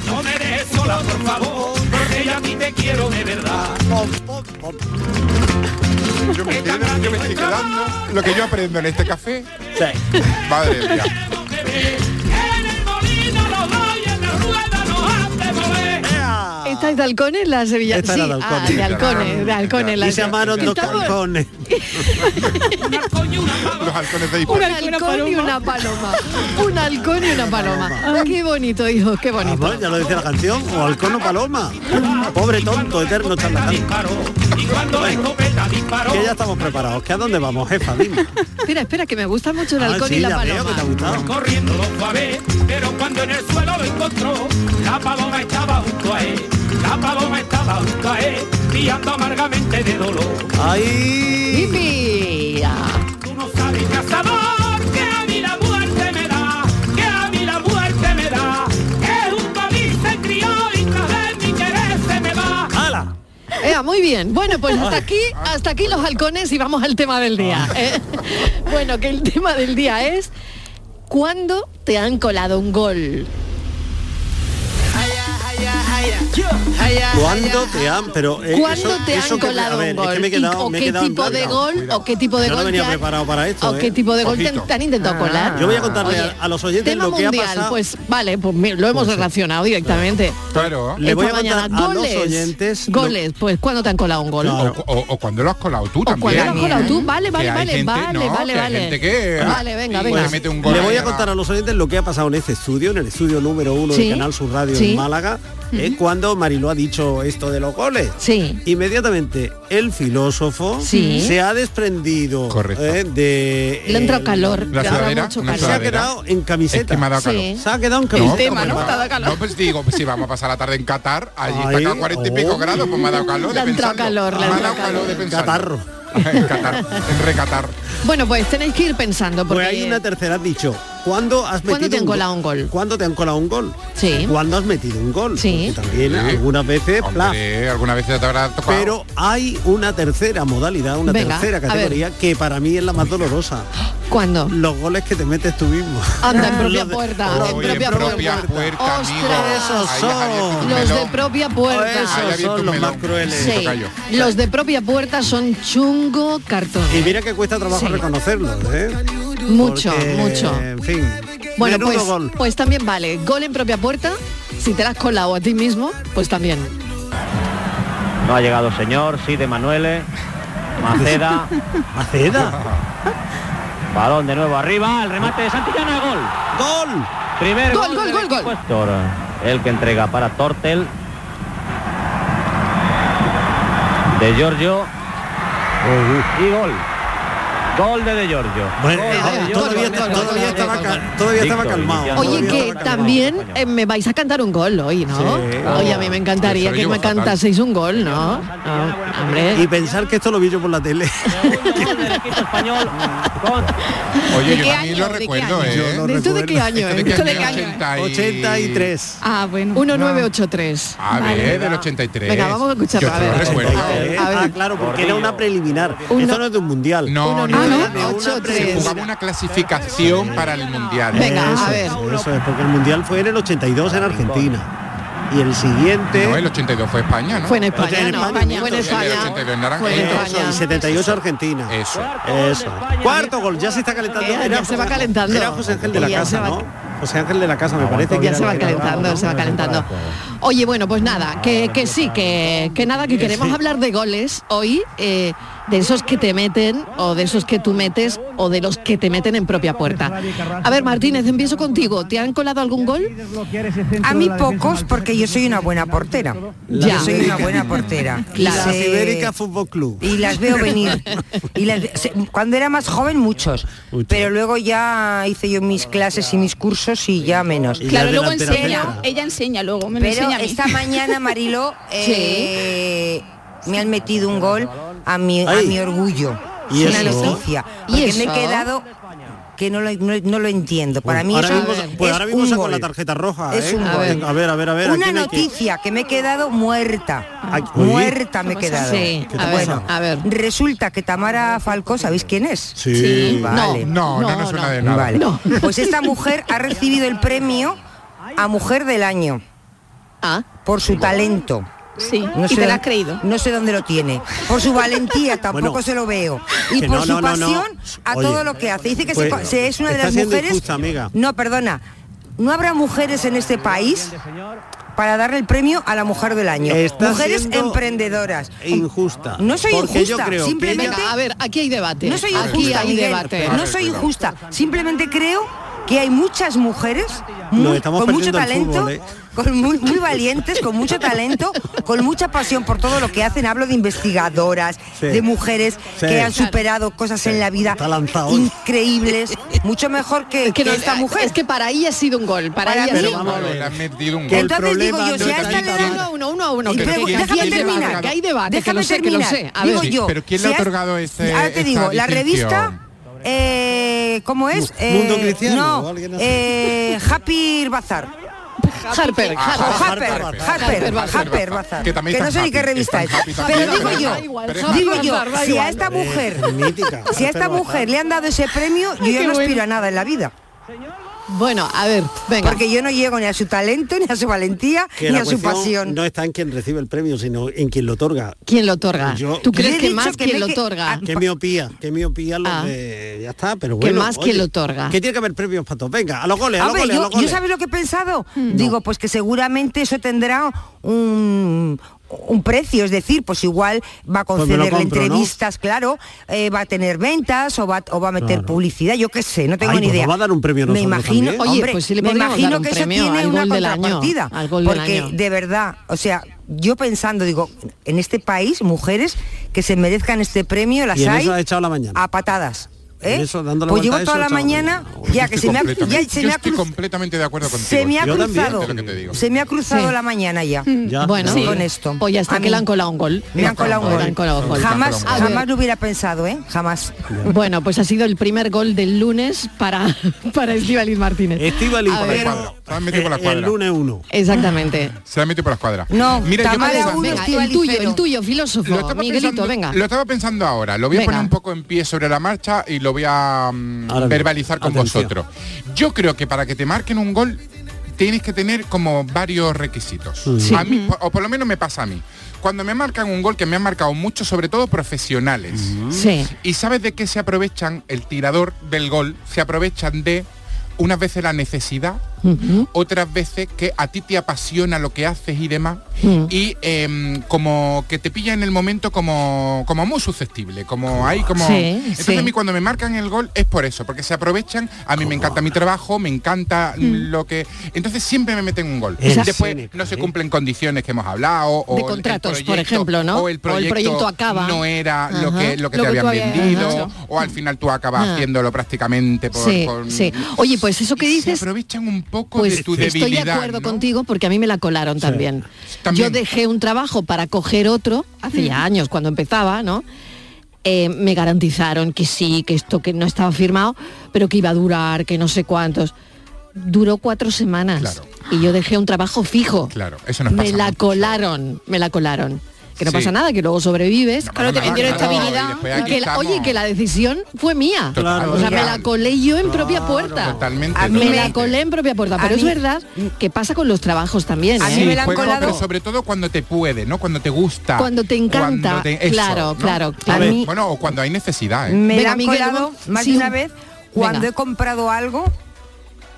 Speaker 19: No me dejes sola, por favor, porque yo a ti te quiero de verdad.
Speaker 18: Yo me, estoy, yo me estoy quedando lo que yo aprendo en este café. Madre mía.
Speaker 16: ¿Esta es de halcones la sevilla?
Speaker 17: Ah. Esta
Speaker 16: sí,
Speaker 17: era de
Speaker 16: ah,
Speaker 17: halcones.
Speaker 16: de halcones, de halcones. la
Speaker 17: Y se llamaron dos
Speaker 16: Estamos-
Speaker 17: halcones.
Speaker 18: Los halcones de
Speaker 16: Un halcón y una paloma. Un halcón y una paloma. Qué bonito, hijos, qué bonito.
Speaker 17: Amor, ya lo dice la canción, o halcón o paloma. Pobre tonto, eterno charlatán. Bueno, que ya estamos preparados. ¿Que a dónde vamos, jefa? Dime.
Speaker 16: Espera, espera, que me gusta mucho el
Speaker 17: Ah,
Speaker 16: halcón
Speaker 17: sí,
Speaker 16: y la
Speaker 17: ya veo
Speaker 16: paloma.
Speaker 17: que te ha gustado.
Speaker 19: Corriendo lo fue a ver, pero cuando en el suelo lo encontró, la paloma estaba junto a él. La paloma estaba junto a él, pillando amargamente de dolor.
Speaker 17: ¡Ay!
Speaker 16: ¡Pipi!
Speaker 19: Tú no sabes, cazador, que
Speaker 16: Venga, muy bien. Bueno, pues hasta aquí, hasta aquí los halcones y vamos al tema del día. ¿eh? Bueno, que el tema del día es ¿cuándo te han colado un gol?
Speaker 17: ¿Cuándo te han? Pero eh,
Speaker 16: ¿Cuándo
Speaker 17: eso-
Speaker 16: te
Speaker 17: eso
Speaker 16: han
Speaker 17: que- a
Speaker 16: colado
Speaker 17: ver,
Speaker 16: un
Speaker 17: es
Speaker 16: gol?
Speaker 17: que me he
Speaker 16: ¿Y-
Speaker 17: quedado-
Speaker 16: ¿O
Speaker 17: me he
Speaker 16: qué
Speaker 17: quedado
Speaker 16: tipo de
Speaker 17: embargado.
Speaker 16: gol? ¿O qué tipo de
Speaker 17: Yo no
Speaker 16: gol?
Speaker 17: venía
Speaker 16: te han-
Speaker 17: preparado para esto,
Speaker 16: ¿O
Speaker 17: ¿eh?
Speaker 16: qué tipo de gol te han,
Speaker 17: Ojito. Ah.
Speaker 16: te han intentado colar?
Speaker 17: Yo voy a contarle a, a los oyentes
Speaker 16: tema
Speaker 17: lo que
Speaker 16: mundial,
Speaker 17: ha pasado.
Speaker 16: pues vale, pues mira, lo hemos relacionado directamente.
Speaker 18: Claro.
Speaker 17: Le
Speaker 16: Esta
Speaker 17: voy a contar
Speaker 16: mañana,
Speaker 17: a los
Speaker 16: goles,
Speaker 17: oyentes lo-
Speaker 16: goles, pues ¿cuándo te han colado un gol?
Speaker 18: O, o- o cuando lo has colado tú también. ¿eh?
Speaker 16: cuando lo has colado tú, vale,
Speaker 18: Que
Speaker 16: vale,
Speaker 18: hay
Speaker 16: vale,
Speaker 18: gente,
Speaker 16: vale,
Speaker 18: no,
Speaker 16: vale,
Speaker 18: que hay
Speaker 16: vale.
Speaker 18: gente que-
Speaker 16: Vale, venga,
Speaker 18: y
Speaker 16: venga.
Speaker 18: le mete un gol
Speaker 17: ah, Le voy
Speaker 18: ahí
Speaker 17: a contar a los oyentes lo que ha pasado en este estudio, en el estudio número uno
Speaker 16: Sí.
Speaker 17: de Canal Sur Radio
Speaker 16: Sí.
Speaker 17: en Málaga, eh, cuando Mariló ha dicho esto de los goles. Inmediatamente el filósofo
Speaker 16: Sí.
Speaker 17: se ha desprendido eh, de...
Speaker 16: Le ha entrado calor,
Speaker 17: la
Speaker 16: le ha dado
Speaker 17: sudadera,
Speaker 16: mucho
Speaker 17: una
Speaker 16: calor.
Speaker 17: Se ha quedado en camiseta.
Speaker 18: Es que me ha dado calor.
Speaker 16: Sí.
Speaker 17: Se ha quedado en
Speaker 18: No,
Speaker 17: camiseta.
Speaker 18: pues va. No, pues digo, pues si vamos a pasar la tarde en Qatar, allí está acá a 40 y pico grados, pues me ha dado calor de
Speaker 16: Le ha entrado
Speaker 18: pensarlo.
Speaker 16: calor, le ha
Speaker 18: me ha
Speaker 16: entrado
Speaker 18: dado calor de pensarlo.
Speaker 17: Catarro.
Speaker 18: en Qatar, en recatar.
Speaker 16: Bueno, pues tenéis que ir pensando porque
Speaker 17: Pues hay una tercera, has dicho. ¿Cuándo has
Speaker 16: ¿Cuándo
Speaker 17: metido
Speaker 16: te han
Speaker 17: go-
Speaker 16: colado un gol?
Speaker 17: ¿Cuándo te han colado un gol?
Speaker 16: Sí.
Speaker 17: ¿Cuándo has metido un gol?
Speaker 16: Sí.
Speaker 17: Porque también algunas veces, plaf.
Speaker 18: Hombre, alguna vez te habrá tocado.
Speaker 17: Pero hay una tercera modalidad, una
Speaker 16: Venga, a
Speaker 17: tercera
Speaker 16: ver.
Speaker 17: categoría que para mí es la más dolorosa.
Speaker 16: ¿Cuándo?
Speaker 17: Los goles que te metes tú mismo.
Speaker 16: Anda en propia
Speaker 17: Los de-
Speaker 16: puerta, en
Speaker 17: Oye,
Speaker 16: propia
Speaker 18: propia
Speaker 16: puerta.
Speaker 18: puerta, amigo.
Speaker 16: Ostras,
Speaker 18: Ahí has abierto un
Speaker 16: los de
Speaker 18: melón.
Speaker 16: propia puerta.
Speaker 17: Esos
Speaker 18: Ahí abierto
Speaker 17: son
Speaker 18: un
Speaker 17: los
Speaker 18: melón.
Speaker 17: más crueles.
Speaker 16: Sí. Los de propia puerta son chungo cartón.
Speaker 17: Y mira que cuesta trabajo
Speaker 16: Sí.
Speaker 17: reconocerlos, ¿eh?
Speaker 16: Mucho,
Speaker 17: Porque,
Speaker 16: mucho.
Speaker 17: En fin.
Speaker 16: Bueno,
Speaker 17: menudo
Speaker 16: pues,
Speaker 17: gol.
Speaker 16: pues también vale. Gol en propia puerta, si te la has colado a ti mismo, pues también.
Speaker 20: No ha llegado señor, sí de Manuele. Maceda.
Speaker 17: Maceda.
Speaker 20: Balón de nuevo arriba, el remate de Santillana, gol.
Speaker 17: Gol.
Speaker 20: Primer
Speaker 16: Gol,
Speaker 20: gol,
Speaker 16: gol,
Speaker 20: del
Speaker 16: gol,
Speaker 20: equipo Héctor, el que entrega para Tortel. De Giorgio. Y gol. Gol de De Giorgio.
Speaker 17: Oh. Bueno, eh,
Speaker 20: Gol
Speaker 17: todavía-
Speaker 20: de De Giorgio.
Speaker 17: todavía- todavía estaba cal- todavía estaba
Speaker 20: Víctor,
Speaker 17: calmado.
Speaker 20: iniciando
Speaker 16: Oye,
Speaker 20: bien.
Speaker 16: que también eh, me vais a cantar un gol hoy, ¿no?
Speaker 17: Sí.
Speaker 16: Oye, a mí me encantaría
Speaker 17: Eso
Speaker 16: que
Speaker 17: yo
Speaker 16: me
Speaker 17: fatal.
Speaker 16: cantaseis un gol, ¿no? Ah, hombre.
Speaker 17: Y pensar que esto lo vi yo por la tele.
Speaker 20: Este
Speaker 18: Oye,
Speaker 16: ¿De
Speaker 18: yo
Speaker 16: qué
Speaker 18: también lo
Speaker 16: año? ¿De qué
Speaker 18: recuerdo,
Speaker 16: año?
Speaker 18: ¿eh?
Speaker 16: Yo no ¿Esto de qué año es? ¿Esto de qué año es?
Speaker 17: 83.
Speaker 16: Ah, bueno. 1983.
Speaker 18: A
Speaker 16: Vale.
Speaker 18: ver, del 83.
Speaker 16: Venga, vamos a escucharlo,
Speaker 18: Yo
Speaker 16: a
Speaker 18: te lo
Speaker 16: ver.
Speaker 18: recuerdo. ¿eh?
Speaker 17: Ah, claro, porque era una preliminar. Esto no es de un mundial.
Speaker 18: No, no, no, no. Se
Speaker 16: 83.
Speaker 18: jugaba una clasificación para el mundial.
Speaker 16: Venga,
Speaker 17: Eso
Speaker 16: a ver.
Speaker 17: es, Eso es, porque el mundial fue en el 82 en Argentina. Y el siguiente...
Speaker 18: No, el 82 fue España, ¿no?
Speaker 16: Fue en España, ¿no? Fue en
Speaker 18: El
Speaker 16: España.
Speaker 18: 82 en naranja.
Speaker 16: Fue en
Speaker 18: Eso,
Speaker 16: España.
Speaker 17: Y 78 Argentina.
Speaker 18: Eso.
Speaker 17: Eso. Cuarto gol, ya se está calentando.
Speaker 16: Eh, ya se va calentando.
Speaker 17: Era José Ángel de la
Speaker 16: Ya se
Speaker 17: Casa,
Speaker 16: va-
Speaker 17: ¿no? José Ángel de la Casa, me parece que
Speaker 16: Ya se va calentando, se va calentando. Oye, bueno, pues nada, que, que sí, que, que nada, que
Speaker 17: Que
Speaker 16: queremos
Speaker 17: sí.
Speaker 16: hablar de goles hoy, eh, de esos que te meten, o de esos que tú metes, o de los que te meten en propia puerta. A ver, Martínez, empiezo contigo. ¿Te han colado algún gol?
Speaker 15: A mí pocos porque yo soy una buena portera.
Speaker 16: Ya.
Speaker 15: Yo soy una buena portera.
Speaker 16: Claro.
Speaker 15: Y
Speaker 17: La
Speaker 15: se-
Speaker 17: Ibérica Fútbol Club.
Speaker 15: y las veo venir. Y las ve- se- cuando era más joven muchos, pero luego ya hice yo mis clases y mis cursos y ya menos.
Speaker 14: Claro, luego enseña, ella enseña luego, me lo
Speaker 15: Pero
Speaker 14: enseña a mí.
Speaker 15: esta mañana Marilo eh, me han metido un gol a mi, a
Speaker 17: Ay.
Speaker 15: mi orgullo.
Speaker 17: ¿Y
Speaker 15: es una
Speaker 17: eso?
Speaker 15: noticia.
Speaker 16: ¿Y
Speaker 15: Porque me
Speaker 16: eso?
Speaker 15: he quedado que no lo, no, no lo entiendo. Para mí
Speaker 17: ahora
Speaker 15: eso
Speaker 17: mismo,
Speaker 15: es
Speaker 17: pues ahora mismo
Speaker 15: un
Speaker 17: saco
Speaker 15: gol.
Speaker 17: la tarjeta roja.
Speaker 15: Es
Speaker 17: ¿eh?
Speaker 15: un
Speaker 17: a, ver,
Speaker 15: gol.
Speaker 17: a ver, a ver, a ver, ¿a
Speaker 15: Una
Speaker 17: quién hay que-
Speaker 15: noticia que... me he quedado muerta.
Speaker 17: Ay, uy.
Speaker 15: muerta me he quedado.
Speaker 16: Sí,
Speaker 17: ¿Qué te
Speaker 16: a ver,
Speaker 17: pasa?
Speaker 16: a ver.
Speaker 15: Resulta que Tamara Falcó, ¿sabéis quién es?
Speaker 17: Sí. Sí.
Speaker 15: Vale.
Speaker 18: No, no, no, suena de nada.
Speaker 15: Vale. Pues esta mujer ha recibido el premio a Mujer del Año. Por su talento.
Speaker 14: Sí,
Speaker 15: No
Speaker 14: y
Speaker 15: sé
Speaker 14: te la
Speaker 15: dónde-
Speaker 14: has creído.
Speaker 15: No sé dónde lo tiene. Por su valentía tampoco
Speaker 17: Bueno.
Speaker 15: se lo veo. Y
Speaker 17: Que
Speaker 15: por
Speaker 17: no,
Speaker 15: su
Speaker 17: no, no, no.
Speaker 15: pasión a
Speaker 17: Oye,
Speaker 15: todo lo que hace. Dice que se
Speaker 17: pues,
Speaker 15: co- se es una de
Speaker 17: está
Speaker 15: las
Speaker 17: siendo
Speaker 15: mujeres.
Speaker 17: injusta, amiga.
Speaker 15: No, perdona. No habrá mujeres en este país para darle el premio a la mujer del año.
Speaker 17: Está
Speaker 15: mujeres
Speaker 17: siendo
Speaker 15: emprendedoras.
Speaker 17: Injusta.
Speaker 15: No soy
Speaker 17: porque
Speaker 15: injusta,
Speaker 17: yo creo que
Speaker 15: simplemente-
Speaker 17: ella-
Speaker 16: Venga, a ver, aquí hay debate.
Speaker 15: No soy
Speaker 16: aquí
Speaker 15: injusta,
Speaker 16: hay
Speaker 15: Miguel.
Speaker 16: debate.
Speaker 15: No soy injusta. Simplemente creo que hay muchas mujeres
Speaker 17: Nos
Speaker 15: muy-
Speaker 17: estamos
Speaker 15: con mucho
Speaker 17: perdiendo el
Speaker 15: talento,
Speaker 17: fútbol, ¿eh?
Speaker 15: con muy, muy valientes, con mucho talento, con mucha pasión por todo lo que hacen. Hablo de investigadoras,
Speaker 17: Sí.
Speaker 15: de mujeres
Speaker 17: Sí.
Speaker 15: que han superado cosas en la vida
Speaker 17: Está lanzado hoy.
Speaker 15: increíbles, mucho mejor que,
Speaker 16: que
Speaker 15: que
Speaker 16: no-
Speaker 15: esta mujer.
Speaker 16: Es que para ella ha sido un gol. Para,
Speaker 15: Para
Speaker 16: ella ha
Speaker 15: mí-
Speaker 16: sido un
Speaker 15: Pero
Speaker 16: gol.
Speaker 17: vamos,
Speaker 18: Le han metido un gol.
Speaker 15: Entonces digo yo, si a esta
Speaker 16: Uno
Speaker 15: le
Speaker 16: a
Speaker 15: dan...
Speaker 16: uno, uno a uno.
Speaker 15: Y
Speaker 16: Que,
Speaker 15: pero
Speaker 16: que-
Speaker 15: déjame
Speaker 16: que hay
Speaker 15: terminar.
Speaker 16: debate, que hay debate, que
Speaker 15: Déjame
Speaker 16: lo sé, que lo
Speaker 15: terminar.
Speaker 16: sé. A
Speaker 15: digo
Speaker 16: ver.
Speaker 15: yo.
Speaker 18: ¿Pero quién le
Speaker 15: si
Speaker 18: ha
Speaker 15: has-
Speaker 18: otorgado ese-
Speaker 15: Ahora te
Speaker 18: esta
Speaker 15: digo, la
Speaker 18: distinción?
Speaker 15: revista. Eh, ¿Cómo es?
Speaker 17: Mundo
Speaker 15: Eh,
Speaker 17: Cristiano, o
Speaker 15: No.
Speaker 17: alguien así.
Speaker 15: Eh, Happy Bazar.
Speaker 16: Harper, Harper,
Speaker 15: Harper, Harper, Harper, Bazar. Que no sé ni qué revista es. Pero digo yo, digo yo, si a esta mujer, si a esta mujer le han dado ese premio, yo ya no aspiro a nada en la vida.
Speaker 16: Bueno, a ver, venga.
Speaker 15: Porque yo no llego ni a su talento, ni a su valentía,
Speaker 17: Que
Speaker 15: ni
Speaker 17: la
Speaker 15: a su
Speaker 17: cuestión
Speaker 15: pasión.
Speaker 17: No está en quien recibe el premio, sino en quien lo otorga.
Speaker 16: ¿Quién lo otorga?
Speaker 17: Yo-
Speaker 16: ¿Tú crees que más quien lo otorga?
Speaker 17: Qué miopía, qué miopía los
Speaker 16: Ah.
Speaker 17: de- Ya está, pero
Speaker 16: Que
Speaker 17: bueno.
Speaker 16: más quien lo otorga.
Speaker 17: Que tiene que haber premios para todos. Venga, a los goles, a los
Speaker 15: Hombre,
Speaker 17: goles, a
Speaker 15: yo,
Speaker 17: los goles.
Speaker 15: yo sabes lo que he pensado.
Speaker 16: Mm.
Speaker 15: Digo, pues que seguramente eso tendrá un un precio, es decir, pues igual va a
Speaker 17: Pues me lo
Speaker 15: concederle
Speaker 17: compro, ¿no?
Speaker 15: entrevistas, claro, eh, va a tener ventas o va, o va a meter publicidad, yo qué sé, no tengo
Speaker 17: Ay,
Speaker 15: ni
Speaker 17: pues
Speaker 15: idea.
Speaker 17: nos va a dar un premio a
Speaker 15: me
Speaker 17: nosotros
Speaker 15: imagino,
Speaker 17: también.
Speaker 16: Oye,
Speaker 15: hombre,
Speaker 16: pues sí le
Speaker 15: me
Speaker 16: podríamos
Speaker 15: imagino
Speaker 16: dar un
Speaker 15: que eso
Speaker 16: premio
Speaker 15: tiene
Speaker 16: al
Speaker 15: una
Speaker 16: gol del año,
Speaker 15: contrapartida,
Speaker 16: al gol del
Speaker 15: porque
Speaker 16: año.
Speaker 15: de verdad, o sea, yo pensando, digo, en este país mujeres que se merezcan este premio las
Speaker 17: Y en
Speaker 15: hay
Speaker 17: eso has echado la mañana.
Speaker 15: a patadas. ¿eh?
Speaker 17: En eso, dándole
Speaker 15: pues
Speaker 17: vuelta
Speaker 15: llevo
Speaker 17: a eso,
Speaker 15: toda la
Speaker 17: echado la
Speaker 15: mañana, ya que se me ha, ya se
Speaker 18: Pues Yo
Speaker 15: me ha
Speaker 18: estoy
Speaker 15: cruzado-
Speaker 18: completamente de acuerdo contigo.
Speaker 15: se me ha
Speaker 18: Yo también,
Speaker 15: cruzado,
Speaker 18: es lo que te digo.
Speaker 15: se me ha cruzado
Speaker 16: Sí.
Speaker 15: la mañana ya.
Speaker 17: Ya.
Speaker 16: Bueno,
Speaker 15: Sí. con esto.
Speaker 16: Pues ya está,
Speaker 15: A
Speaker 16: que
Speaker 15: mí.
Speaker 16: le han colado un gol.
Speaker 15: Me han colado un
Speaker 16: Le han colado un
Speaker 15: gol.
Speaker 16: gol.
Speaker 15: Jamás,
Speaker 16: A ver,
Speaker 15: jamás lo hubiera pensado, ¿eh? Jamás.
Speaker 16: Bueno, pues ha sido el primer gol del lunes para, para Estíbaliz Martínez.
Speaker 17: Estíbaliz,
Speaker 16: A
Speaker 18: Por la
Speaker 16: ver,
Speaker 18: cuadra. Se han metido por la
Speaker 17: El-
Speaker 18: cuadra.
Speaker 17: el lunes uno.
Speaker 16: Exactamente.
Speaker 18: Se han metido por la cuadra.
Speaker 15: No,
Speaker 18: Mira, yo
Speaker 15: Tamara
Speaker 18: pensaba-
Speaker 15: uno,
Speaker 16: Venga, el
Speaker 15: Estíbaliz
Speaker 16: tuyo,
Speaker 15: cero.
Speaker 16: el tuyo,
Speaker 18: Lo
Speaker 16: filósofo.
Speaker 18: estaba
Speaker 16: Miguelito,
Speaker 18: pensando-
Speaker 16: venga.
Speaker 18: Lo estaba pensando ahora, lo voy a
Speaker 16: Venga.
Speaker 18: poner un poco en pie sobre la marcha y lo voy a mm,
Speaker 17: Ahora bien.
Speaker 18: verbalizar con
Speaker 17: Atención.
Speaker 18: vosotros. Yo creo que para que te marquen un gol tienes que tener como varios requisitos.
Speaker 17: Sí.
Speaker 18: A mí, o por lo menos me pasa a mí. Cuando me marcan un gol que me han marcado mucho, sobre todo profesionales.
Speaker 16: Sí.
Speaker 18: ¿Y sabes de qué se aprovechan el tirador del gol? Se aprovechan de unas veces la necesidad, otras veces que a ti te apasiona lo que haces y demás.
Speaker 16: Hmm.
Speaker 18: Y em, como que te pilla en el momento como, como muy susceptible, como hay como...
Speaker 16: Sí,
Speaker 18: Entonces
Speaker 16: sí.
Speaker 18: a mí cuando me marcan el gol es por eso, porque se aprovechan, a mí me encanta mi trabajo, me encanta
Speaker 16: Hmm.
Speaker 18: mm, lo que... Entonces siempre me meten un gol.
Speaker 17: Esa-
Speaker 18: Después
Speaker 17: Seneca,
Speaker 18: no se cumplen condiciones que hemos hablado. O
Speaker 16: ¿eh? De
Speaker 18: el- el
Speaker 16: contratos, por
Speaker 18: proyecto-
Speaker 16: ejemplo, ¿no?
Speaker 18: O el
Speaker 16: O el
Speaker 18: proyecto,
Speaker 16: proyecto acaba.
Speaker 18: No era lo
Speaker 16: Ajá.
Speaker 18: que, lo que
Speaker 16: Lo
Speaker 18: te
Speaker 16: que tú
Speaker 18: habían
Speaker 16: habías-
Speaker 18: vendido,
Speaker 16: Ajá.
Speaker 18: o al final tú acabas
Speaker 16: Ah.
Speaker 18: haciéndolo prácticamente por...
Speaker 16: sí,
Speaker 18: por-
Speaker 16: sí. Oye, pues eso que dices.
Speaker 18: aprovechan un poco
Speaker 16: pues
Speaker 18: de tu
Speaker 16: Estoy de
Speaker 18: debilidad,
Speaker 16: acuerdo
Speaker 18: ¿no?
Speaker 16: contigo porque a mí me la colaron también.
Speaker 18: También. Mm.
Speaker 16: Yo dejé un trabajo para coger otro hace ya años cuando empezaba, ¿no? Eh, me garantizaron que sí, que esto que no estaba firmado, pero que iba a durar, que no sé cuántos. Duró cuatro semanas
Speaker 18: Claro.
Speaker 16: y yo dejé un trabajo fijo.
Speaker 18: Claro, eso nos
Speaker 16: me
Speaker 18: pasa.
Speaker 16: la colaron, me la colaron. Que no
Speaker 18: Sí.
Speaker 16: pasa nada, que luego sobrevives.
Speaker 18: Claro, te vendieron Claro, estabilidad. y después aquí
Speaker 16: Que la- oye,
Speaker 18: estamos.
Speaker 16: que la decisión fue mía.
Speaker 18: Claro,
Speaker 16: o sea, me
Speaker 18: total.
Speaker 16: la colé yo en propia puerta.
Speaker 18: Totalmente.
Speaker 15: A mí
Speaker 16: Me
Speaker 18: totalmente.
Speaker 16: la colé en propia puerta,
Speaker 15: A
Speaker 16: pero es
Speaker 15: mí-
Speaker 16: verdad que pasa con los trabajos también.
Speaker 15: A
Speaker 16: ¿eh?
Speaker 15: mí me la han
Speaker 18: Pues no,
Speaker 15: colado-
Speaker 18: pero sobre todo cuando te puede, ¿no? Cuando te gusta.
Speaker 16: Cuando te encanta, claro, claro,
Speaker 18: A
Speaker 16: claro.
Speaker 18: ver,
Speaker 16: A mí-
Speaker 18: bueno, o cuando hay necesidad, ¿eh?
Speaker 15: Me
Speaker 16: Venga,
Speaker 15: la han
Speaker 16: Miguel,
Speaker 15: colado
Speaker 16: vamos-
Speaker 15: más
Speaker 16: sí,
Speaker 15: de una
Speaker 16: un-
Speaker 15: vez cuando
Speaker 16: Venga.
Speaker 15: he comprado algo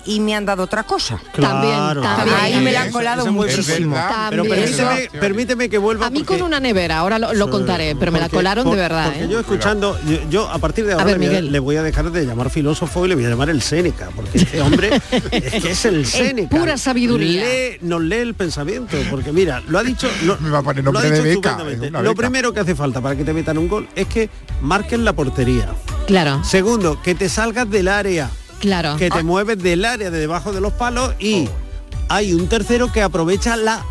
Speaker 15: y me han dado otra cosa.
Speaker 16: También, también.
Speaker 15: Ahí me la han colado
Speaker 17: Eso es
Speaker 15: mucho.
Speaker 17: buenísimo.
Speaker 18: verdad,
Speaker 17: Pero
Speaker 16: también.
Speaker 17: permíteme, permíteme que vuelva
Speaker 16: A mí
Speaker 17: porque-
Speaker 16: con una nevera, ahora lo, lo contaré, pero me la
Speaker 17: Porque-
Speaker 16: colaron
Speaker 17: por-
Speaker 16: de verdad.
Speaker 17: Porque
Speaker 16: ¿eh?
Speaker 17: yo escuchando, yo, yo a partir de ahora
Speaker 16: ver,
Speaker 17: le, voy a-
Speaker 16: Miguel.
Speaker 17: le voy a dejar de llamar filósofo y le voy a llamar el Séneca, porque este hombre es que es el
Speaker 16: Es
Speaker 17: Séneca.
Speaker 16: pura sabiduría.
Speaker 17: Lee- nos lee el pensamiento, porque mira, lo ha dicho, lo,
Speaker 18: Me va a poner
Speaker 17: lo ha
Speaker 18: nombre de
Speaker 17: dicho
Speaker 18: beca,
Speaker 17: estupendamente.
Speaker 18: es una
Speaker 17: Lo
Speaker 18: beca.
Speaker 17: primero que hace falta para que te metan un gol es que marquen la portería.
Speaker 16: Claro,
Speaker 17: Segundo, que te salgas del área,
Speaker 16: claro.
Speaker 17: que te mueves del área de debajo de los palos y hay un tercero que aprovecha la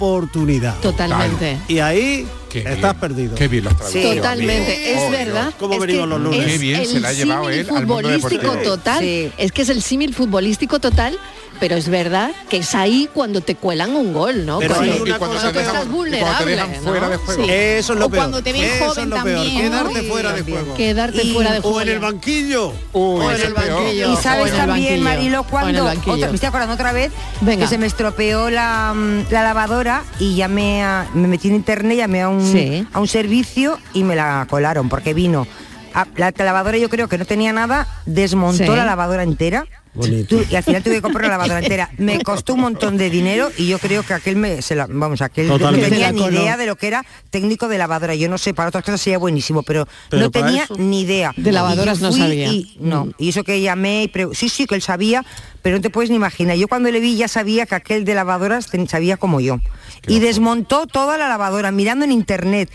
Speaker 17: oportunidad.
Speaker 16: Totalmente.
Speaker 17: Y ahí
Speaker 18: Qué bien.
Speaker 17: estás perdido.
Speaker 18: Qué bien los
Speaker 15: Sí.
Speaker 18: traductores.
Speaker 16: Totalmente, es
Speaker 18: Oh, Dios.
Speaker 16: verdad.
Speaker 17: ¿Cómo
Speaker 16: es
Speaker 17: venimos
Speaker 16: que
Speaker 17: los lunes?
Speaker 16: es
Speaker 18: Qué bien
Speaker 16: el
Speaker 18: se la ha llevado
Speaker 16: símil
Speaker 18: él al mundo
Speaker 16: futbolístico
Speaker 18: deportivo.
Speaker 16: total.
Speaker 15: Sí.
Speaker 16: Es que es el símil futbolístico total, pero es verdad que es ahí cuando te cuelan un gol, ¿no?
Speaker 17: Pero
Speaker 16: Cuando-
Speaker 17: hay
Speaker 18: Y
Speaker 17: una
Speaker 18: cuando
Speaker 17: cosa
Speaker 18: te
Speaker 17: peor.
Speaker 18: dejan- y
Speaker 16: Estás
Speaker 18: cuando te
Speaker 16: vulnerable,
Speaker 18: dejan
Speaker 16: ¿no?
Speaker 18: fuera de juego.
Speaker 14: Sí.
Speaker 17: Eso es lo
Speaker 14: O
Speaker 17: peor.
Speaker 14: cuando te ven
Speaker 17: Eso
Speaker 14: joven
Speaker 17: es lo peor.
Speaker 14: también.
Speaker 17: Quedarte
Speaker 14: Uy,
Speaker 17: fuera de
Speaker 15: también.
Speaker 17: juego.
Speaker 16: Quedarte fuera de juego.
Speaker 17: O en el banquillo.
Speaker 18: Uy,
Speaker 17: o en
Speaker 18: ese
Speaker 17: el
Speaker 18: es peor.
Speaker 17: banquillo.
Speaker 15: Y sabes
Speaker 16: en el banquillo,
Speaker 15: también, Marilo,
Speaker 16: o en el
Speaker 15: cuando
Speaker 16: banquillo.
Speaker 15: otra- me estoy acordando otra vez
Speaker 16: Venga.
Speaker 15: que se me estropeó la, mm, la lavadora y llamé a, me metí en internet, llamé a un,
Speaker 16: Sí.
Speaker 15: a un servicio y me la colaron porque vino. a- la lavadora yo creo que no tenía nada, desmontó
Speaker 16: Sí.
Speaker 15: la lavadora entera.
Speaker 17: Bonito.
Speaker 15: Tu- y al final tuve que comprar la lavadora entera. Me costó un montón de dinero y yo creo que aquel me se la, vamos, aquel
Speaker 17: Totalmente.
Speaker 15: no tenía
Speaker 17: Se la
Speaker 15: ni
Speaker 17: coló.
Speaker 15: idea de lo que era técnico de lavadora. Yo no sé, para otras cosas sería buenísimo, pero,
Speaker 17: Pero
Speaker 15: no
Speaker 17: para
Speaker 15: tenía
Speaker 17: eso-
Speaker 15: ni idea.
Speaker 16: De lavadoras
Speaker 15: Y yo
Speaker 16: no
Speaker 15: fui
Speaker 16: sabía. Mm.
Speaker 15: y- no, y eso que llamé y pre- sí, sí, que él sabía, pero no te puedes ni imaginar. Yo cuando le vi ya sabía que aquel de lavadoras ten- sabía como yo. Y desmontó toda la lavadora mirando en internet.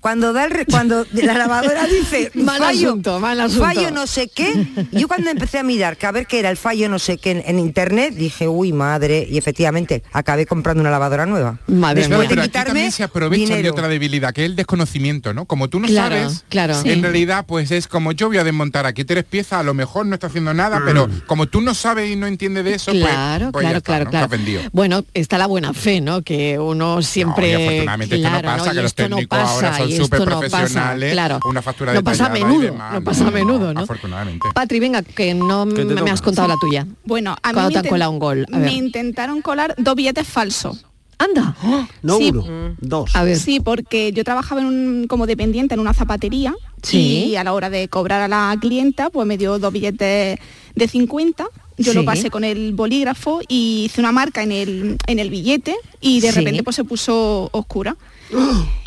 Speaker 15: cuando da el re, cuando la lavadora dice
Speaker 16: mal
Speaker 15: fallo,
Speaker 16: asunto, mal asunto.
Speaker 15: fallo no sé qué, yo cuando empecé a mirar que a ver qué era el fallo no sé qué en, en internet, dije, uy madre, y efectivamente acabé comprando una lavadora nueva.
Speaker 16: Madre
Speaker 18: Claro, pero
Speaker 15: Después de
Speaker 18: aquí
Speaker 15: quitarme
Speaker 18: también se aprovechan de
Speaker 15: dinero.
Speaker 18: otra debilidad, que es el desconocimiento, ¿no? Como tú no
Speaker 16: Claro,
Speaker 18: sabes,
Speaker 16: claro.
Speaker 18: en
Speaker 16: Sí.
Speaker 18: realidad pues es como yo voy a desmontar aquí tres piezas, a lo mejor no está haciendo nada, pero como tú no sabes y no entiendes de eso, pues-
Speaker 16: Claro,
Speaker 18: pues, ya
Speaker 16: claro,
Speaker 18: está,
Speaker 16: claro,
Speaker 18: ¿no?
Speaker 16: claro.
Speaker 18: Te has vendido.
Speaker 16: Bueno, está la buena fe, ¿no? Que uno siempre.
Speaker 18: y afortunadamente esto no
Speaker 16: Claro,
Speaker 18: pasa,
Speaker 16: Y
Speaker 18: que los
Speaker 16: esto no
Speaker 18: técnicos ahora
Speaker 16: pasa,
Speaker 18: son
Speaker 16: y esto
Speaker 18: súper
Speaker 16: no pasa,
Speaker 18: profesionales,
Speaker 16: claro.
Speaker 18: una factura
Speaker 16: No pasa a
Speaker 18: detallada y
Speaker 16: menudo,
Speaker 18: demás,
Speaker 16: no pasa a menudo, ¿no?
Speaker 18: Afortunadamente.
Speaker 16: Patri, venga, que no
Speaker 18: te
Speaker 16: me,
Speaker 18: toca?
Speaker 16: has contado la tuya.
Speaker 14: Bueno, a mí
Speaker 16: Cuando
Speaker 14: me
Speaker 16: te han
Speaker 14: inten-
Speaker 16: colado un gol. A
Speaker 14: me
Speaker 16: ver.
Speaker 14: intentaron colar dos billetes falsos.
Speaker 16: Anda.
Speaker 17: No
Speaker 14: Sí.
Speaker 17: uno, dos.
Speaker 16: A ver.
Speaker 14: Sí, porque yo trabajaba en un, como dependiente en una zapatería
Speaker 16: Sí.
Speaker 14: y a la hora de cobrar a la clienta pues me dio dos billetes de 50. Yo
Speaker 16: Sí.
Speaker 14: lo pasé con el bolígrafo y hice una marca en el, en el billete y de
Speaker 16: Sí.
Speaker 14: repente pues se puso oscura.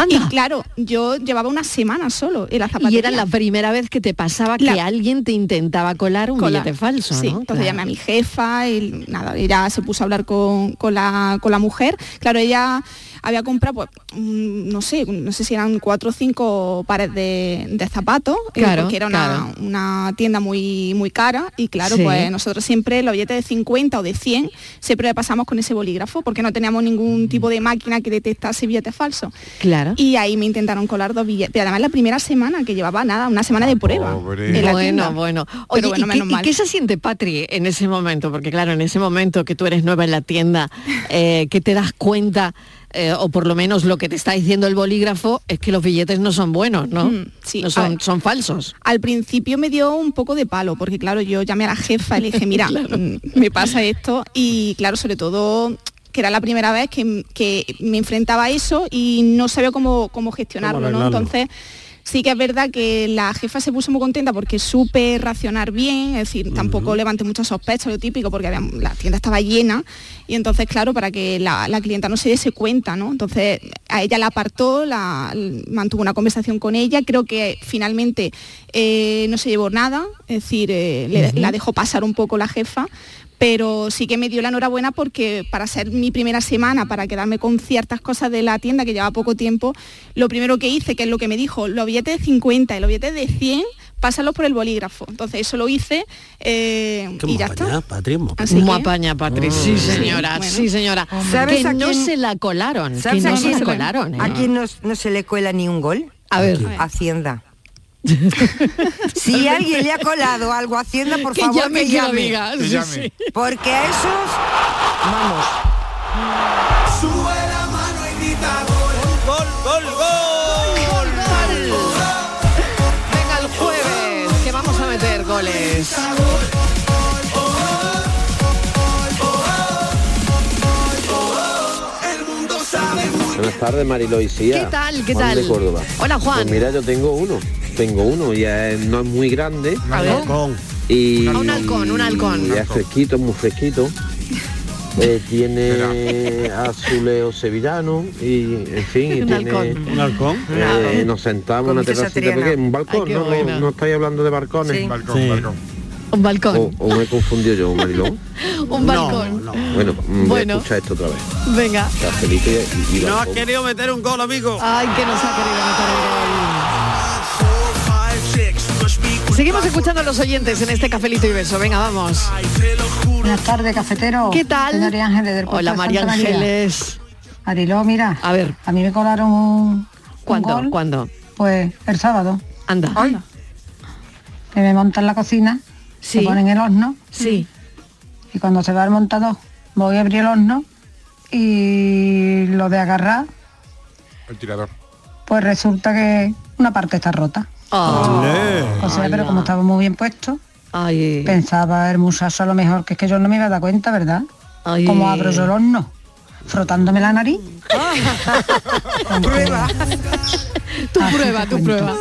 Speaker 14: Y claro, yo llevaba una semana solo en la zapatería.
Speaker 16: Y era la primera vez que te pasaba que
Speaker 14: La-
Speaker 16: alguien te intentaba colar un
Speaker 14: Colar.
Speaker 16: billete falso,
Speaker 14: Sí,
Speaker 16: ¿no?
Speaker 14: entonces
Speaker 16: Claro.
Speaker 14: llamé a mi jefa y nada, ella se puso a hablar con, con la, con la mujer. Claro, ella había comprado, pues, mm, no sé, no sé si eran cuatro o cinco pares de, de zapatos, eh,
Speaker 16: Claro,
Speaker 14: porque era una,
Speaker 16: claro.
Speaker 14: una tienda muy, muy cara y claro,
Speaker 16: Sí.
Speaker 14: pues nosotros siempre los billetes de 50 o de 100 siempre le pasamos con ese bolígrafo porque no teníamos ningún tipo de máquina que detectase billetes falsos.
Speaker 16: Mm. Claro.
Speaker 14: Y ahí me intentaron colar dos billetes, pero además la primera semana que llevaba nada, una semana de prueba. en la
Speaker 16: Bueno,
Speaker 14: tienda.
Speaker 16: bueno.
Speaker 14: Pero
Speaker 16: Oye,
Speaker 14: bueno,
Speaker 16: ¿y, qué,
Speaker 14: menos
Speaker 16: y
Speaker 14: mal.
Speaker 16: qué se siente, Patri, en ese momento? Porque claro, en ese momento que tú eres nueva en la tienda, eh, que te das cuenta, eh, o por lo menos lo que te está diciendo el bolígrafo, es que los billetes no son buenos, ¿no?
Speaker 14: Mm, sí,
Speaker 16: No
Speaker 14: a
Speaker 16: son,
Speaker 14: ver.
Speaker 16: son falsos.
Speaker 14: Al principio me dio un poco de palo, porque claro, yo llamé a la jefa y le dije, mira, mm, me pasa esto. Y claro, sobre todo que era la primera vez que, que me enfrentaba a eso y no sabía cómo, cómo gestionarlo, ¿no?
Speaker 21: arreglarlo.
Speaker 14: Entonces, sí que es verdad que la jefa se puso muy contenta porque supe racionar bien, es decir, tampoco levanté muchas sospechas, lo típico, porque había- la tienda estaba llena y entonces, claro, para que la, la clienta no se diese cuenta, ¿no? Entonces, a ella la apartó, la, l- mantuvo una conversación con ella, creo que finalmente eh, no se llevó nada, es decir, eh, le-
Speaker 16: Ujú.
Speaker 14: la dejó pasar un poco la jefa. Pero sí que me dio la enhorabuena porque para ser mi primera semana, para quedarme con ciertas cosas de la tienda que llevaba poco tiempo, lo primero que hice, que es lo que me dijo, los billetes de 50 y los billetes de 100, pásalos por el bolígrafo. Entonces eso lo hice eh, y ya está. ¿Ah, Así
Speaker 16: Muy
Speaker 14: que-
Speaker 16: apaña, Patri. Sí, señora, sí, señora.
Speaker 15: ¿Sabes
Speaker 16: que
Speaker 15: a
Speaker 16: no
Speaker 15: quién-
Speaker 16: se la colaron, que
Speaker 15: ¿Sabes
Speaker 16: no
Speaker 15: a
Speaker 16: se
Speaker 15: quién,
Speaker 16: la colaron. ¿eh?
Speaker 15: a quién no, no se le cuela ni un gol?
Speaker 16: A ver.
Speaker 15: Hacienda. si alguien le ha colado algo a Hacienda, por
Speaker 16: Que
Speaker 15: favor,
Speaker 16: llame,
Speaker 15: que
Speaker 16: que lo
Speaker 15: llame.
Speaker 16: diga, Que sí, llame. sí.
Speaker 15: Porque a esos, vamos.
Speaker 22: Gol, gol, gol.
Speaker 16: Venga, el jueves, que vamos a meter goles.
Speaker 23: Buenas tardes, Marilo y
Speaker 16: ¿Qué tal? ¿Qué
Speaker 23: Juan
Speaker 16: tal?
Speaker 23: de Córdoba.
Speaker 16: Hola, Juan.
Speaker 23: Pues mira, yo tengo uno. Tengo uno, ya es- no es muy grande.
Speaker 16: A ver. halcón.
Speaker 23: Y,
Speaker 16: Un halcón, un halcón.
Speaker 23: Y es fresquito, es muy fresquito. Eh, tiene azuleo sevillano y, en fin, y
Speaker 17: Un
Speaker 23: tiene...
Speaker 17: halcón. Un halcón.
Speaker 23: Eh, Nos sentamos en
Speaker 17: Con
Speaker 23: una
Speaker 17: Miquel
Speaker 23: terracita
Speaker 17: Satriana.
Speaker 23: pequeña, un balcón,
Speaker 17: Ay, qué
Speaker 23: ¿no?
Speaker 17: bueno.
Speaker 23: No, no estáis hablando de balcones.
Speaker 16: Sí.
Speaker 23: Balcón, balcón.
Speaker 16: Un balcón.
Speaker 23: O, o me he confundido yo, Mariló. Oh.
Speaker 16: Un balcón.
Speaker 23: Bueno, mm, voy a
Speaker 16: Bueno.
Speaker 23: escuchar esto otra vez.
Speaker 16: Venga.
Speaker 23: Cafelito y- y
Speaker 17: No has
Speaker 23: balcón.
Speaker 17: querido meter un gol, amigo.
Speaker 16: Ay, que nos ha querido meter el gol. Seguimos escuchando a los oyentes en este cafelito y beso. Venga, vamos.
Speaker 21: Buenas tardes, cafetero.
Speaker 16: ¿Qué tal?
Speaker 21: Soy María Ángeles del puerto
Speaker 16: Hola,
Speaker 21: de
Speaker 16: María
Speaker 21: Santa María.
Speaker 16: Ángeles.
Speaker 21: Mariló, mira.
Speaker 16: A ver.
Speaker 21: A mí me colaron un.
Speaker 16: ¿Cuándo?
Speaker 21: gol.
Speaker 16: ¿Cuándo?
Speaker 21: Pues el sábado.
Speaker 16: Anda.
Speaker 21: Que me montan la cocina,
Speaker 16: Sí.
Speaker 21: se ponen el horno.
Speaker 16: Sí.
Speaker 21: Y cuando se va el montador, voy a abrir el horno y lo de agarrar,
Speaker 18: El tirador.
Speaker 21: pues resulta que una parte está rota.
Speaker 16: Oh.
Speaker 21: O sea, pero como estaba muy bien puesto, pensaba el musazo a lo mejor, que es que yo no me iba a dar cuenta, ¿verdad?
Speaker 16: Ay.
Speaker 21: Como abro yo el horno, frotándome la nariz.
Speaker 16: Ah. prueba. tu
Speaker 21: Ah,
Speaker 16: prueba, tu prueba.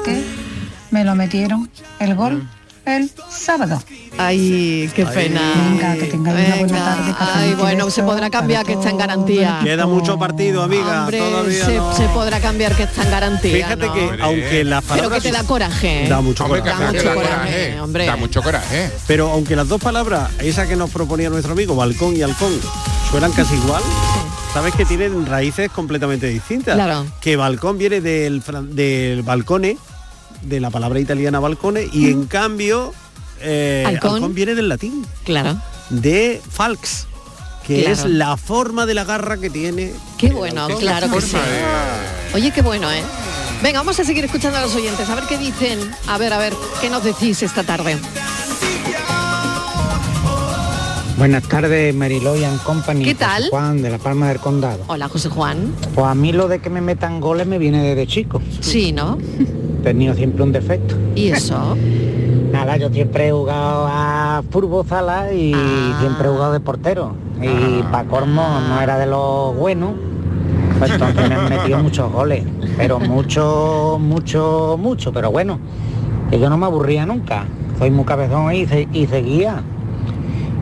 Speaker 21: Me lo metieron el gol el sábado.
Speaker 16: Ay, qué pena.
Speaker 21: Venga, que tengáis una buena
Speaker 16: Venga.
Speaker 21: tarde.
Speaker 16: Ay, bueno, se podrá cambiar que está en garantía.
Speaker 17: Queda mucho partido, amiga.
Speaker 16: Hombre,
Speaker 17: Todavía
Speaker 16: se,
Speaker 17: no.
Speaker 16: se podrá cambiar que está en garantía.
Speaker 17: Fíjate
Speaker 16: ¿no?
Speaker 17: que aunque las
Speaker 16: Pero que
Speaker 17: palabras
Speaker 16: te da coraje. ¿eh?
Speaker 17: Da mucho
Speaker 16: Hombre,
Speaker 17: coraje.
Speaker 16: Da mucho coraje.
Speaker 18: hombre. da mucho coraje.
Speaker 17: Pero aunque las dos palabras, esa que nos proponía nuestro amigo, balcón y halcón, suenan casi igual, sabes que tienen raíces completamente distintas.
Speaker 16: Claro.
Speaker 17: Que balcón viene del, fran- del balcone, de la palabra italiana balcone, y en cambio eh,
Speaker 16: Halcón.
Speaker 17: halcón viene del latín,
Speaker 16: Claro.
Speaker 17: de falx, que
Speaker 16: Claro.
Speaker 17: es la forma de la garra que tiene.
Speaker 16: Qué bueno,
Speaker 17: halcón.
Speaker 16: claro que sí.
Speaker 17: Forma de-
Speaker 16: Oye, qué bueno, ¿eh? Venga, vamos a seguir escuchando a los oyentes, a ver qué dicen, a ver, a ver, qué nos decís esta tarde.
Speaker 24: Buenas tardes, Mariloyan Company.
Speaker 16: ¿Qué tal?
Speaker 24: José Juan, de La Palma del Condado.
Speaker 16: Hola, José Juan.
Speaker 24: Pues a mí lo de que me metan goles me viene desde chico.
Speaker 16: Sí, ¿no?
Speaker 24: He tenido siempre un defecto.
Speaker 16: ¿Y eso?
Speaker 24: Nada, yo siempre he jugado a fútbol sala y
Speaker 16: Ah.
Speaker 24: siempre he jugado de portero. Y para cormo no era de los buenos. Pues entonces me han metido muchos goles. Pero mucho, mucho, mucho. Pero bueno, que yo no me aburría nunca. Soy muy cabezón y, se- y seguía.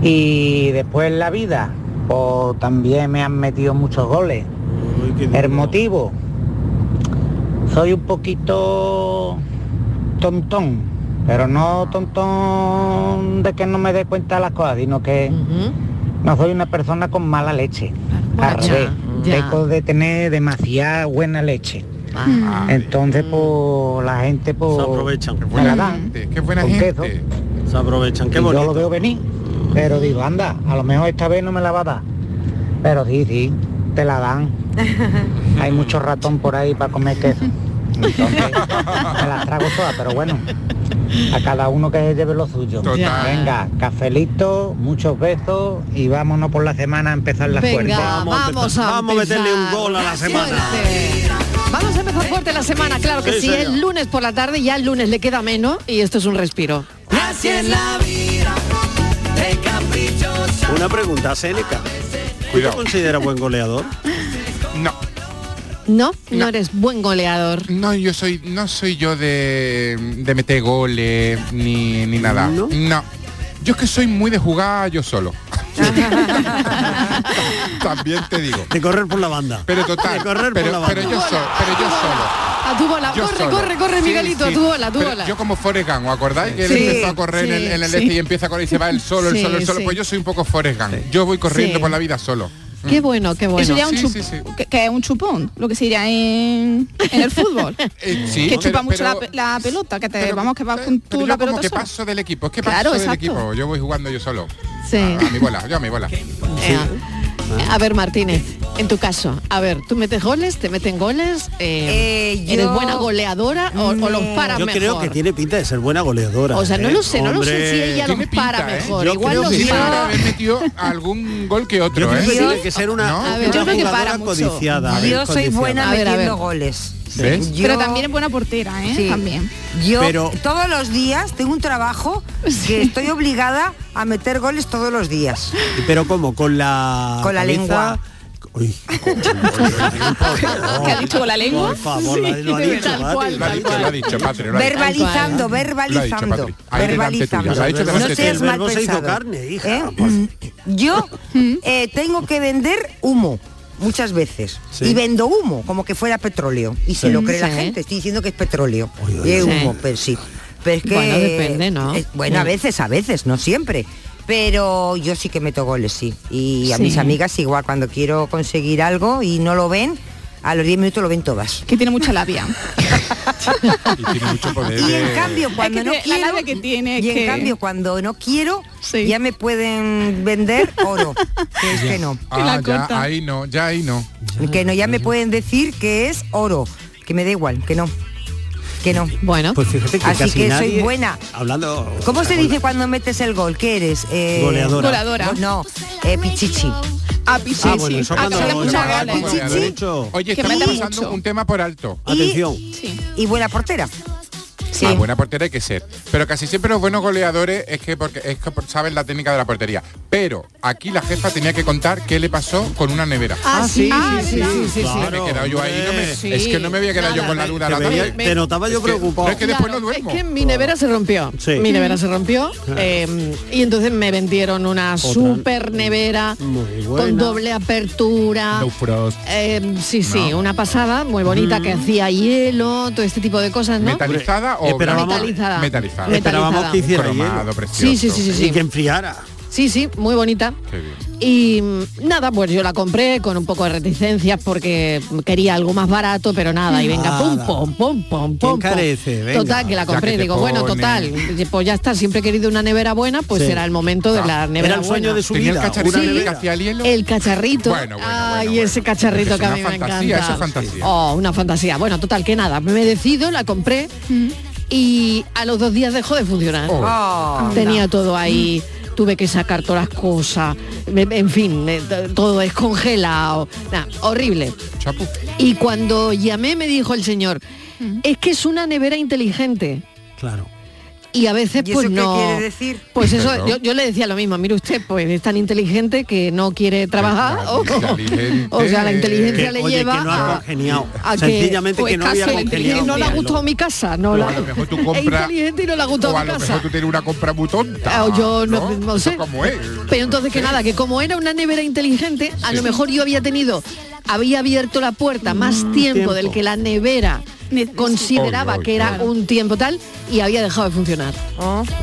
Speaker 24: Y después en la vida, pues también me han metido muchos goles. El motivo, soy un poquito tontón, pero no tontón de que no me dé cuenta de las cosas, sino que no soy una persona con mala leche. Al
Speaker 25: Bueno,
Speaker 24: revés,
Speaker 25: ya.
Speaker 24: peco de tener demasiada buena leche.
Speaker 25: Ah.
Speaker 24: Entonces, pues, la gente, pues,
Speaker 17: Se aprovechan. Qué
Speaker 24: me la dan
Speaker 18: Qué buena
Speaker 24: con
Speaker 18: gente.
Speaker 24: queso.
Speaker 17: Se aprovechan, qué
Speaker 24: Y
Speaker 17: bonito.
Speaker 24: Yo lo veo venir, pero digo, anda, a lo mejor esta vez no me la va a dar. Pero sí, sí, te la dan. Hay mucho ratón por ahí para comer queso. Entonces, me las trago todas, pero bueno, a cada uno que lleve lo suyo.
Speaker 16: Total.
Speaker 24: Venga, cafelito, muchos besos y vámonos por la semana a empezar la fuerte.
Speaker 16: Venga, vamos a,
Speaker 24: Vamos a meterle un
Speaker 16: empezar
Speaker 24: gol a la semana.
Speaker 16: fuerte. Vamos a empezar fuerte la semana, claro que
Speaker 24: Sí,
Speaker 16: sí,
Speaker 24: señor.
Speaker 16: el lunes por la tarde, ya el lunes le queda menos y esto es un respiro.
Speaker 22: Así es la vida, de caprichosa.
Speaker 17: Una pregunta, Seneca. ¿Tú te consideras buen goleador?
Speaker 16: ¿No? No, eres buen goleador.
Speaker 18: No, yo soy, no soy yo de, de meter goles ni, ni nada. ¿No? Yo es que soy muy de jugar yo solo. También te digo.
Speaker 17: De correr por la banda.
Speaker 18: Pero total.
Speaker 17: De correr por
Speaker 18: pero,
Speaker 17: la banda.
Speaker 18: pero yo solo, pero yo solo.
Speaker 16: A tu bola,
Speaker 18: Yo
Speaker 16: corre,
Speaker 18: solo.
Speaker 16: corre, corre,
Speaker 18: Sí,
Speaker 16: Miguelito,
Speaker 18: sí.
Speaker 16: a tu bola, a tu
Speaker 18: Pero
Speaker 16: bola.
Speaker 18: Yo como Forrest Gump, ¿os acordáis? Que él
Speaker 16: Sí,
Speaker 18: empezó a correr en el, en el
Speaker 16: sí,
Speaker 18: este
Speaker 16: sí.
Speaker 18: y empieza a correr y se va el solo, el
Speaker 16: Sí,
Speaker 18: solo, el solo.
Speaker 16: sí.
Speaker 18: Pues yo soy un poco Forrest Gump. Yo voy corriendo
Speaker 16: Sí.
Speaker 18: por la vida solo.
Speaker 16: Qué bueno, qué bueno.
Speaker 14: Eso ya un chup- Que, que es un chupón, lo que se diría en, en el fútbol.
Speaker 18: Eh, sí,
Speaker 14: que
Speaker 18: pero-
Speaker 14: chupa mucho la
Speaker 18: pero-
Speaker 14: pe- la, pelota, que te vamos que vas con
Speaker 18: Pero
Speaker 14: tú
Speaker 18: yo
Speaker 14: la
Speaker 18: como
Speaker 14: pelota
Speaker 18: que
Speaker 14: solo.
Speaker 18: paso del equipo, es que paso
Speaker 14: Claro,
Speaker 18: del
Speaker 14: exacto.
Speaker 18: equipo. Yo voy jugando yo solo. Ah,
Speaker 16: Sí.
Speaker 18: A, a mi bola, yo a mi bola.
Speaker 16: A ver, Martínez, en tu caso, a ver, ¿tú metes goles? ¿Te meten goles? Eh,
Speaker 17: yo-
Speaker 16: ¿Eres buena goleadora o, o los paras
Speaker 17: Yo
Speaker 16: mejor?
Speaker 17: creo que tiene pinta de ser buena goleadora.
Speaker 16: O sea, no
Speaker 17: ¿eh?
Speaker 16: lo sé, no lo sé
Speaker 17: Hombre.
Speaker 16: si ella los para
Speaker 18: ¿eh?
Speaker 16: mejor.
Speaker 17: Yo
Speaker 16: Igual
Speaker 17: creo
Speaker 16: los
Speaker 17: que sí.
Speaker 16: para.
Speaker 18: metido algún gol que otro,
Speaker 17: Yo creo
Speaker 18: ¿eh?
Speaker 17: que tiene que ser una-
Speaker 16: A ver, yo creo que para mucho.
Speaker 17: codiciada,
Speaker 15: Yo soy buena
Speaker 16: A ver, a
Speaker 15: metiendo
Speaker 16: ver.
Speaker 15: goles.
Speaker 17: Sí. ¿Ves?
Speaker 15: Yo-
Speaker 14: Pero también es buena portera, ¿eh?
Speaker 15: Sí.
Speaker 14: También.
Speaker 15: Yo
Speaker 17: Pero-
Speaker 15: todos los días tengo un trabajo que estoy obligada a meter goles todos los días.
Speaker 17: Pero ¿cómo? Con la
Speaker 15: Con la
Speaker 17: cabeza?
Speaker 15: lengua.
Speaker 17: Uy,
Speaker 14: ¿Qué ha dicho con la lengua?
Speaker 17: por favor,
Speaker 14: Sí,
Speaker 17: lo ha
Speaker 14: de
Speaker 17: dicho,
Speaker 14: tal
Speaker 17: Patri.
Speaker 14: cual,
Speaker 18: Lo ha
Speaker 14: tal
Speaker 18: dicho,
Speaker 14: cual.
Speaker 18: lo ha dicho, Patri. lo ha dicho.
Speaker 15: verbalizando,
Speaker 18: Lo ha dicho,
Speaker 15: verbalizando.
Speaker 18: Patri. Ahí delante tuya, lo ha dicho delante
Speaker 15: no
Speaker 18: tuya.
Speaker 15: seas mal pensado. ¿Eh? Yo eh, tengo que vender humo muchas veces
Speaker 17: Sí.
Speaker 15: y vendo humo como que fuera petróleo y se
Speaker 17: Sí.
Speaker 15: lo cree la
Speaker 17: Sí.
Speaker 15: gente estoy diciendo que es petróleo
Speaker 17: uy,
Speaker 15: y es
Speaker 17: uy.
Speaker 15: humo
Speaker 17: Sí.
Speaker 15: pero sí pero es que
Speaker 16: Bueno, depende, ¿no?
Speaker 15: es- bueno a
Speaker 16: Sí.
Speaker 15: veces a veces no siempre pero yo sí que meto goles sí y a
Speaker 16: Sí.
Speaker 15: mis amigas igual cuando quiero conseguir algo y no lo ven a los 10 minutos lo ven todas
Speaker 14: que tiene mucha labia
Speaker 18: Y tiene mucho poder.
Speaker 15: y en
Speaker 18: de-
Speaker 15: cambio cuando
Speaker 14: Es que
Speaker 15: no
Speaker 14: la
Speaker 15: quiero
Speaker 14: labia que tiene,
Speaker 15: y en
Speaker 14: que-
Speaker 15: cambio cuando no quiero ya me pueden vender oro que es que no
Speaker 18: Ah, ya, ahí no, ya ahí no.
Speaker 15: que no ya me pueden decir que es oro que me da igual que no que no
Speaker 16: bueno
Speaker 17: Pues fíjate que
Speaker 15: así
Speaker 17: casi
Speaker 15: que
Speaker 17: nadie-
Speaker 15: soy buena
Speaker 17: Hablando.
Speaker 15: ¿Cómo se dice cuando metes el gol? ¿Qué eres? Eh,
Speaker 17: Goleadora.
Speaker 15: No, eh, pichichi.
Speaker 14: Ah,
Speaker 17: Ah, bueno, eso cuando- cuando- cuando
Speaker 15: Pichichi.
Speaker 17: he hecho-
Speaker 18: Oye,
Speaker 15: Que
Speaker 18: estamos
Speaker 15: meta
Speaker 18: pasando
Speaker 15: mucho.
Speaker 18: un tema por alto.
Speaker 17: Atención.
Speaker 15: Y buena portera. Sí.
Speaker 18: Ah, buena portera hay que ser. Pero casi siempre los buenos goleadores es que porque es que por- saben la técnica de la portería. Pero aquí la jefa tenía que contar qué le pasó con una nevera.
Speaker 16: Ah, sí, Ah, sí, sí, sí, sí, sí,
Speaker 18: Claro,
Speaker 16: sí.
Speaker 18: me he quedado yo ahí. no me-
Speaker 16: Sí.
Speaker 18: Es que no me había quedado yo con la duda. a la
Speaker 17: Te veía-
Speaker 18: tarde.
Speaker 17: te notaba yo
Speaker 18: Es que-
Speaker 17: preocupado.
Speaker 18: no, es que después no
Speaker 16: Oh, Claro,
Speaker 18: duermo.
Speaker 16: Es que mi nevera se rompió.
Speaker 17: Sí.
Speaker 16: Mi nevera se rompió.
Speaker 17: Claro.
Speaker 16: eh, y entonces me vendieron una super nevera
Speaker 17: Muy
Speaker 16: con
Speaker 17: buena.
Speaker 16: doble apertura.
Speaker 17: No frost.
Speaker 16: Eh, sí, sí, una pasada muy
Speaker 17: Mm.
Speaker 16: bonita que hacía hielo, todo este tipo de cosas, ¿no?
Speaker 18: ¿Metalizada o
Speaker 16: Esperábamos-
Speaker 18: blanca?
Speaker 16: Metalizada.
Speaker 18: Metalizada.
Speaker 16: Metalizada.
Speaker 17: Esperábamos que hiciera
Speaker 18: Un cromado
Speaker 17: hielo.
Speaker 18: precioso.
Speaker 16: Sí, sí, sí, sí, sí.
Speaker 17: Y que enfriara.
Speaker 16: Sí, sí, muy bonita.
Speaker 18: Qué bien.
Speaker 16: Y mm, nada, pues yo la compré con un poco de reticencias porque quería algo más barato, pero nada, y venga, pum,
Speaker 17: Nada.
Speaker 16: pum, pum, pum,
Speaker 17: Te
Speaker 16: pum.
Speaker 17: encarece,
Speaker 16: pum.
Speaker 17: venga.
Speaker 16: pues. Total, que la
Speaker 17: Ya
Speaker 16: compré,
Speaker 17: que te
Speaker 16: digo, bueno,
Speaker 17: pone.
Speaker 16: total, pues ya está, siempre he querido una nevera buena, pues
Speaker 17: Sí. Ah,
Speaker 16: era el momento de la nevera buena.
Speaker 18: Tenía el cacharrito
Speaker 16: Sí,
Speaker 18: que hacía hielo.
Speaker 16: el cacharrito.
Speaker 18: Bueno, bueno,
Speaker 16: Ay, ese cacharrito
Speaker 18: Es
Speaker 16: que a
Speaker 18: una
Speaker 16: mí me
Speaker 18: fantasía,
Speaker 16: encanta.
Speaker 18: eso es fantasía.
Speaker 16: Oh, una fantasía. Bueno, total, que nada. Me decido, la compré
Speaker 17: Mm.
Speaker 16: y a los dos días dejó de funcionar.
Speaker 22: Oh.
Speaker 17: Ah.
Speaker 22: Oh.
Speaker 16: Tenía
Speaker 22: Anda.
Speaker 16: todo ahí. Tuve que sacar todas las cosas, me- en fin, me- t- todo descongelado, Nah, horrible. Y cuando llamé me dijo el señor,
Speaker 17: Mm.
Speaker 16: es que es una nevera inteligente.
Speaker 17: Claro.
Speaker 16: Y a veces
Speaker 17: ¿Y eso
Speaker 16: pues
Speaker 17: qué
Speaker 16: no.
Speaker 17: quiere decir?
Speaker 16: Pues eso,
Speaker 17: Claro.
Speaker 16: yo, yo le decía lo mismo, mire usted, pues es tan inteligente que no quiere trabajar. o- o sea, la inteligencia
Speaker 17: Que,
Speaker 16: le
Speaker 17: Eh, oye,
Speaker 16: lleva
Speaker 17: que no ha
Speaker 16: a-
Speaker 17: congeniado.
Speaker 16: a que,
Speaker 17: Sencillamente
Speaker 16: pues,
Speaker 17: que no había
Speaker 16: caso,
Speaker 17: congeniado.
Speaker 16: y no le ha
Speaker 17: Míralo.
Speaker 16: gustado mi casa, no
Speaker 18: O
Speaker 16: la-
Speaker 18: a lo mejor tú
Speaker 16: es
Speaker 18: compras-
Speaker 16: inteligente y no le ha gustado
Speaker 18: o a
Speaker 16: mi
Speaker 18: lo
Speaker 16: casa.
Speaker 18: mejor tú tienes una compra muy tonta.
Speaker 16: Ah, yo no, no sé.
Speaker 18: ¿Cómo es?
Speaker 16: Pero entonces que nada, que como era una nevera inteligente, a
Speaker 18: Sí.
Speaker 16: lo mejor yo había tenido, había abierto la puerta más tiempo,
Speaker 18: tiempo.
Speaker 16: del que la nevera consideraba
Speaker 17: Oy, oy,
Speaker 16: que era
Speaker 17: oy.
Speaker 16: un tiempo tal y había dejado de funcionar.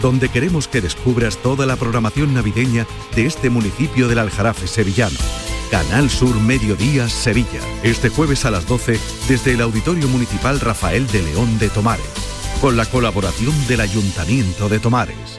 Speaker 26: donde queremos que descubras toda la programación navideña de este municipio del Aljarafe sevillano. Canal Sur Mediodía Sevilla. Este jueves a las 12 desde el Auditorio Municipal Rafael de León de Tomares, con la colaboración del Ayuntamiento de Tomares.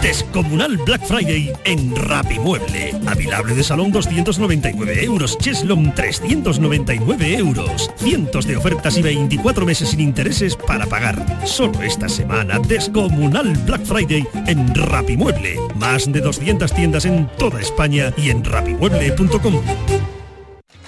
Speaker 11: Descomunal Black Friday en Rapimueble. Avilable de salón 299 euros. Cheslom 399 euros. Cientos de ofertas y 24 meses sin intereses para pagar. Solo esta semana Descomunal Black Friday en Rapimueble. Más de 200 tiendas en toda España y en rapimueble.com.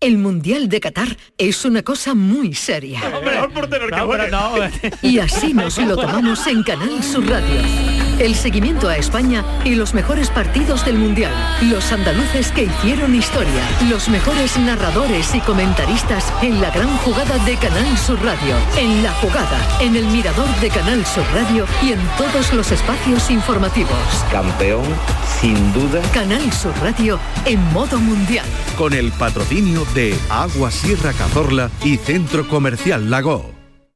Speaker 7: El Mundial de Qatar es una cosa muy seria. Y así nos lo tomamos en Canal Sur Radio. El seguimiento a España y los mejores partidos del Mundial. Los andaluces que hicieron historia. Los mejores narradores y comentaristas en la gran jugada de Canal Sur Radio. En la jugada, en el mirador de Canal Sur Radio y en todos los espacios informativos.
Speaker 27: Campeón, sin duda.
Speaker 7: Canal Sur Radio en modo mundial.
Speaker 26: Con el patrocinio de Agua Sierra Cazorla y Centro Comercial Lago.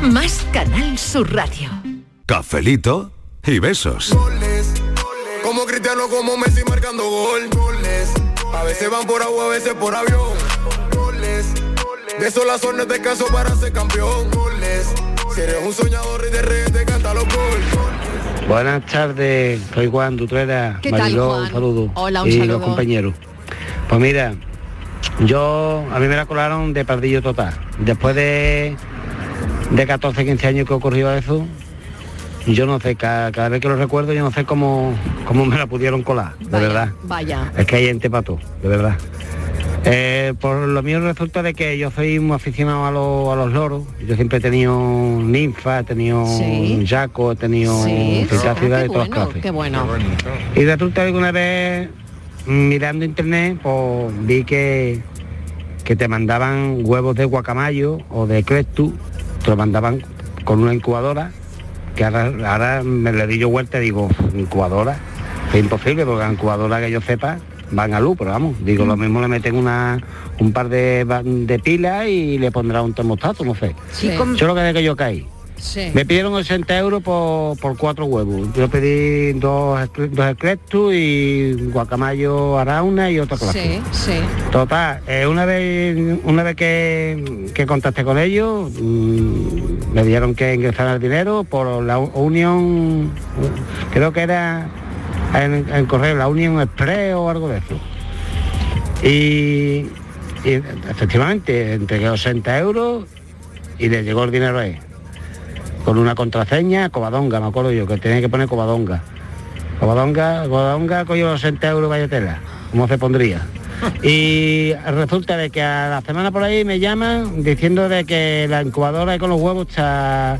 Speaker 7: Más Canal Sur Radio.
Speaker 28: Cafelito y besos.
Speaker 6: Goles, goles. Como Cristiano, como Messi marcando gol. Goles, a veces van por agua, a veces por avión. De eso las zonas de caso para ser campeón. Si eres un soñador y de reggae canta los goles.
Speaker 29: Buenas tardes, soy Juan Dutrera,
Speaker 16: ¿Qué Mariló, tal, Juan?
Speaker 29: un saludo.
Speaker 16: Hola, un
Speaker 29: y
Speaker 16: saludo.
Speaker 29: los compañeros. Pues mira, yo, a mí me la colaron de pardillo total. Después de de 14, 15 años que ocurrió eso, yo no sé, cada, cada, vez que lo recuerdo yo no sé cómo, cómo me la pudieron colar, de
Speaker 16: Vaya,
Speaker 29: verdad.
Speaker 16: Vaya.
Speaker 29: Es que hay gente pato, de verdad. Eh, por lo mío resulta de que yo soy muy aficionado a, lo, a los loros. Yo siempre he tenido ninfa, he tenido
Speaker 16: Sí.
Speaker 29: yaco, he tenido
Speaker 16: Sí, sí. Ah,
Speaker 29: ciudad de
Speaker 16: qué
Speaker 29: todas
Speaker 16: bueno,
Speaker 29: clases.
Speaker 16: qué bueno.
Speaker 29: Y resulta de que una vez mm, mirando internet, pues vi que, que te mandaban huevos de guacamayo o de crestu, te lo mandaban con una incubadora, que ahora, ahora me le di yo vuelta y digo, incubadora, es imposible porque la incubadora que yo sepa van a luz, pero vamos, digo, lo mismo le meten una un par de, ba- de pilas y le pondrá un termostato, no sé.
Speaker 16: Sí.
Speaker 29: Yo lo que de que yo caí.
Speaker 16: Sí.
Speaker 29: Me pidieron 80 euros por, por cuatro huevos. Yo pedí dos, escre- dos esclectus y guacamayo arauna y otra clase.
Speaker 16: Sí, sí.
Speaker 29: Total, eh, una vez, una vez que, que contacté con ellos, mm, me dieron que ingresar el dinero por la u- Unión, creo que era en, en correo, la Unión Express o algo de eso. Y, y efectivamente, entregué 80 euros y le llegó el dinero ahí. Con una contraseña, cobadonga, me acuerdo yo, que tenía que poner cobadonga. Covadonga, Covadonga cogió los 60 euros vaya tela. cómo se pondría. Y resulta de que a la semana por ahí me llaman diciendo de que la incubadora con los huevos está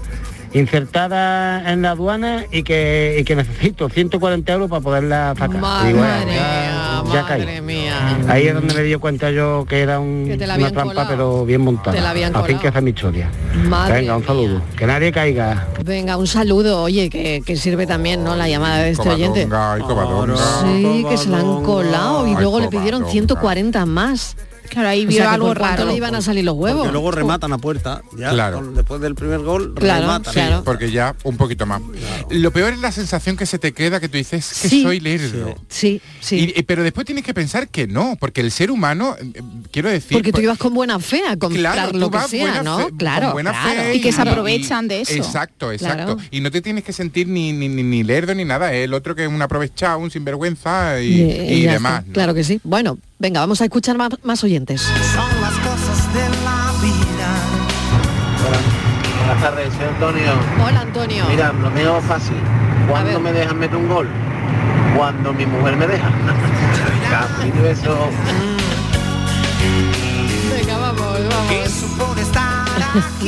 Speaker 29: insertada en la aduana y que, y que necesito 140 euros para poderla sacar.
Speaker 16: Madre
Speaker 29: Digo, "Ah,
Speaker 16: mía,
Speaker 29: ya
Speaker 16: madre
Speaker 29: caí".
Speaker 16: mía.
Speaker 29: Ahí es donde me di cuenta yo que era un-
Speaker 16: Que te la
Speaker 29: una
Speaker 16: habían
Speaker 29: trampa,
Speaker 16: colado.
Speaker 29: pero bien montada.
Speaker 16: Te la habían
Speaker 29: Así
Speaker 16: colado.
Speaker 29: que esa es mi historia.
Speaker 16: Madre
Speaker 29: Venga, un saludo. Que nadie caiga.
Speaker 16: Venga, un saludo, oye, que, que sirve también, ¿no? La llamada de este oyente.
Speaker 29: Covadonga, ay, covadonga.
Speaker 16: Sí, que se la han colado y
Speaker 18: Ay,
Speaker 16: luego le pidieron
Speaker 18: covadonga.
Speaker 16: 140 más.
Speaker 30: Claro, ahí
Speaker 16: O
Speaker 30: vio
Speaker 16: sea, que
Speaker 30: algo
Speaker 16: por cuánto
Speaker 30: raro.
Speaker 16: le iban a salir los huevos. Oh.
Speaker 30: Porque luego rematan a puerta. Ya,
Speaker 18: Claro.
Speaker 30: con- después del primer gol,
Speaker 16: Claro,
Speaker 30: rematan.
Speaker 16: claro.
Speaker 18: Porque ya un poquito más. Lo peor es la sensación que se te queda que tú dices "Es que
Speaker 16: Sí.
Speaker 18: soy lerdo.
Speaker 16: Sí, sí.
Speaker 18: Y- y- pero después tienes que pensar que no, porque el ser humano, eh, eh, quiero decir,
Speaker 16: Porque tú
Speaker 18: pues-
Speaker 16: ibas con buena fe a comprar
Speaker 18: Claro, tú
Speaker 16: lo que
Speaker 18: vas
Speaker 16: sea,
Speaker 18: buena
Speaker 16: ¿no?
Speaker 18: fe- con
Speaker 16: claro,
Speaker 18: buena fe
Speaker 16: claro.
Speaker 18: Exacto, exacto.
Speaker 16: Claro.
Speaker 18: Y no te tienes que sentir ni, ni, ni, ni lerdo ni nada. El otro que es un aprovechado, un sinvergüenza y,
Speaker 16: Y-
Speaker 18: y
Speaker 16: y Eh, ya
Speaker 18: demás.
Speaker 16: está. Claro que sí. Bueno, venga, vamos a escuchar más, más oyentes.
Speaker 31: Son las cosas de la vida.
Speaker 22: Buenas tardes, soy Antonio.
Speaker 16: Hola, Antonio.
Speaker 22: Mira, lo mío es fácil. ¿Cuándo me dejan meter un gol? Cuando mi mujer me deja. Casi de eso.
Speaker 16: Venga, vamos, vamos.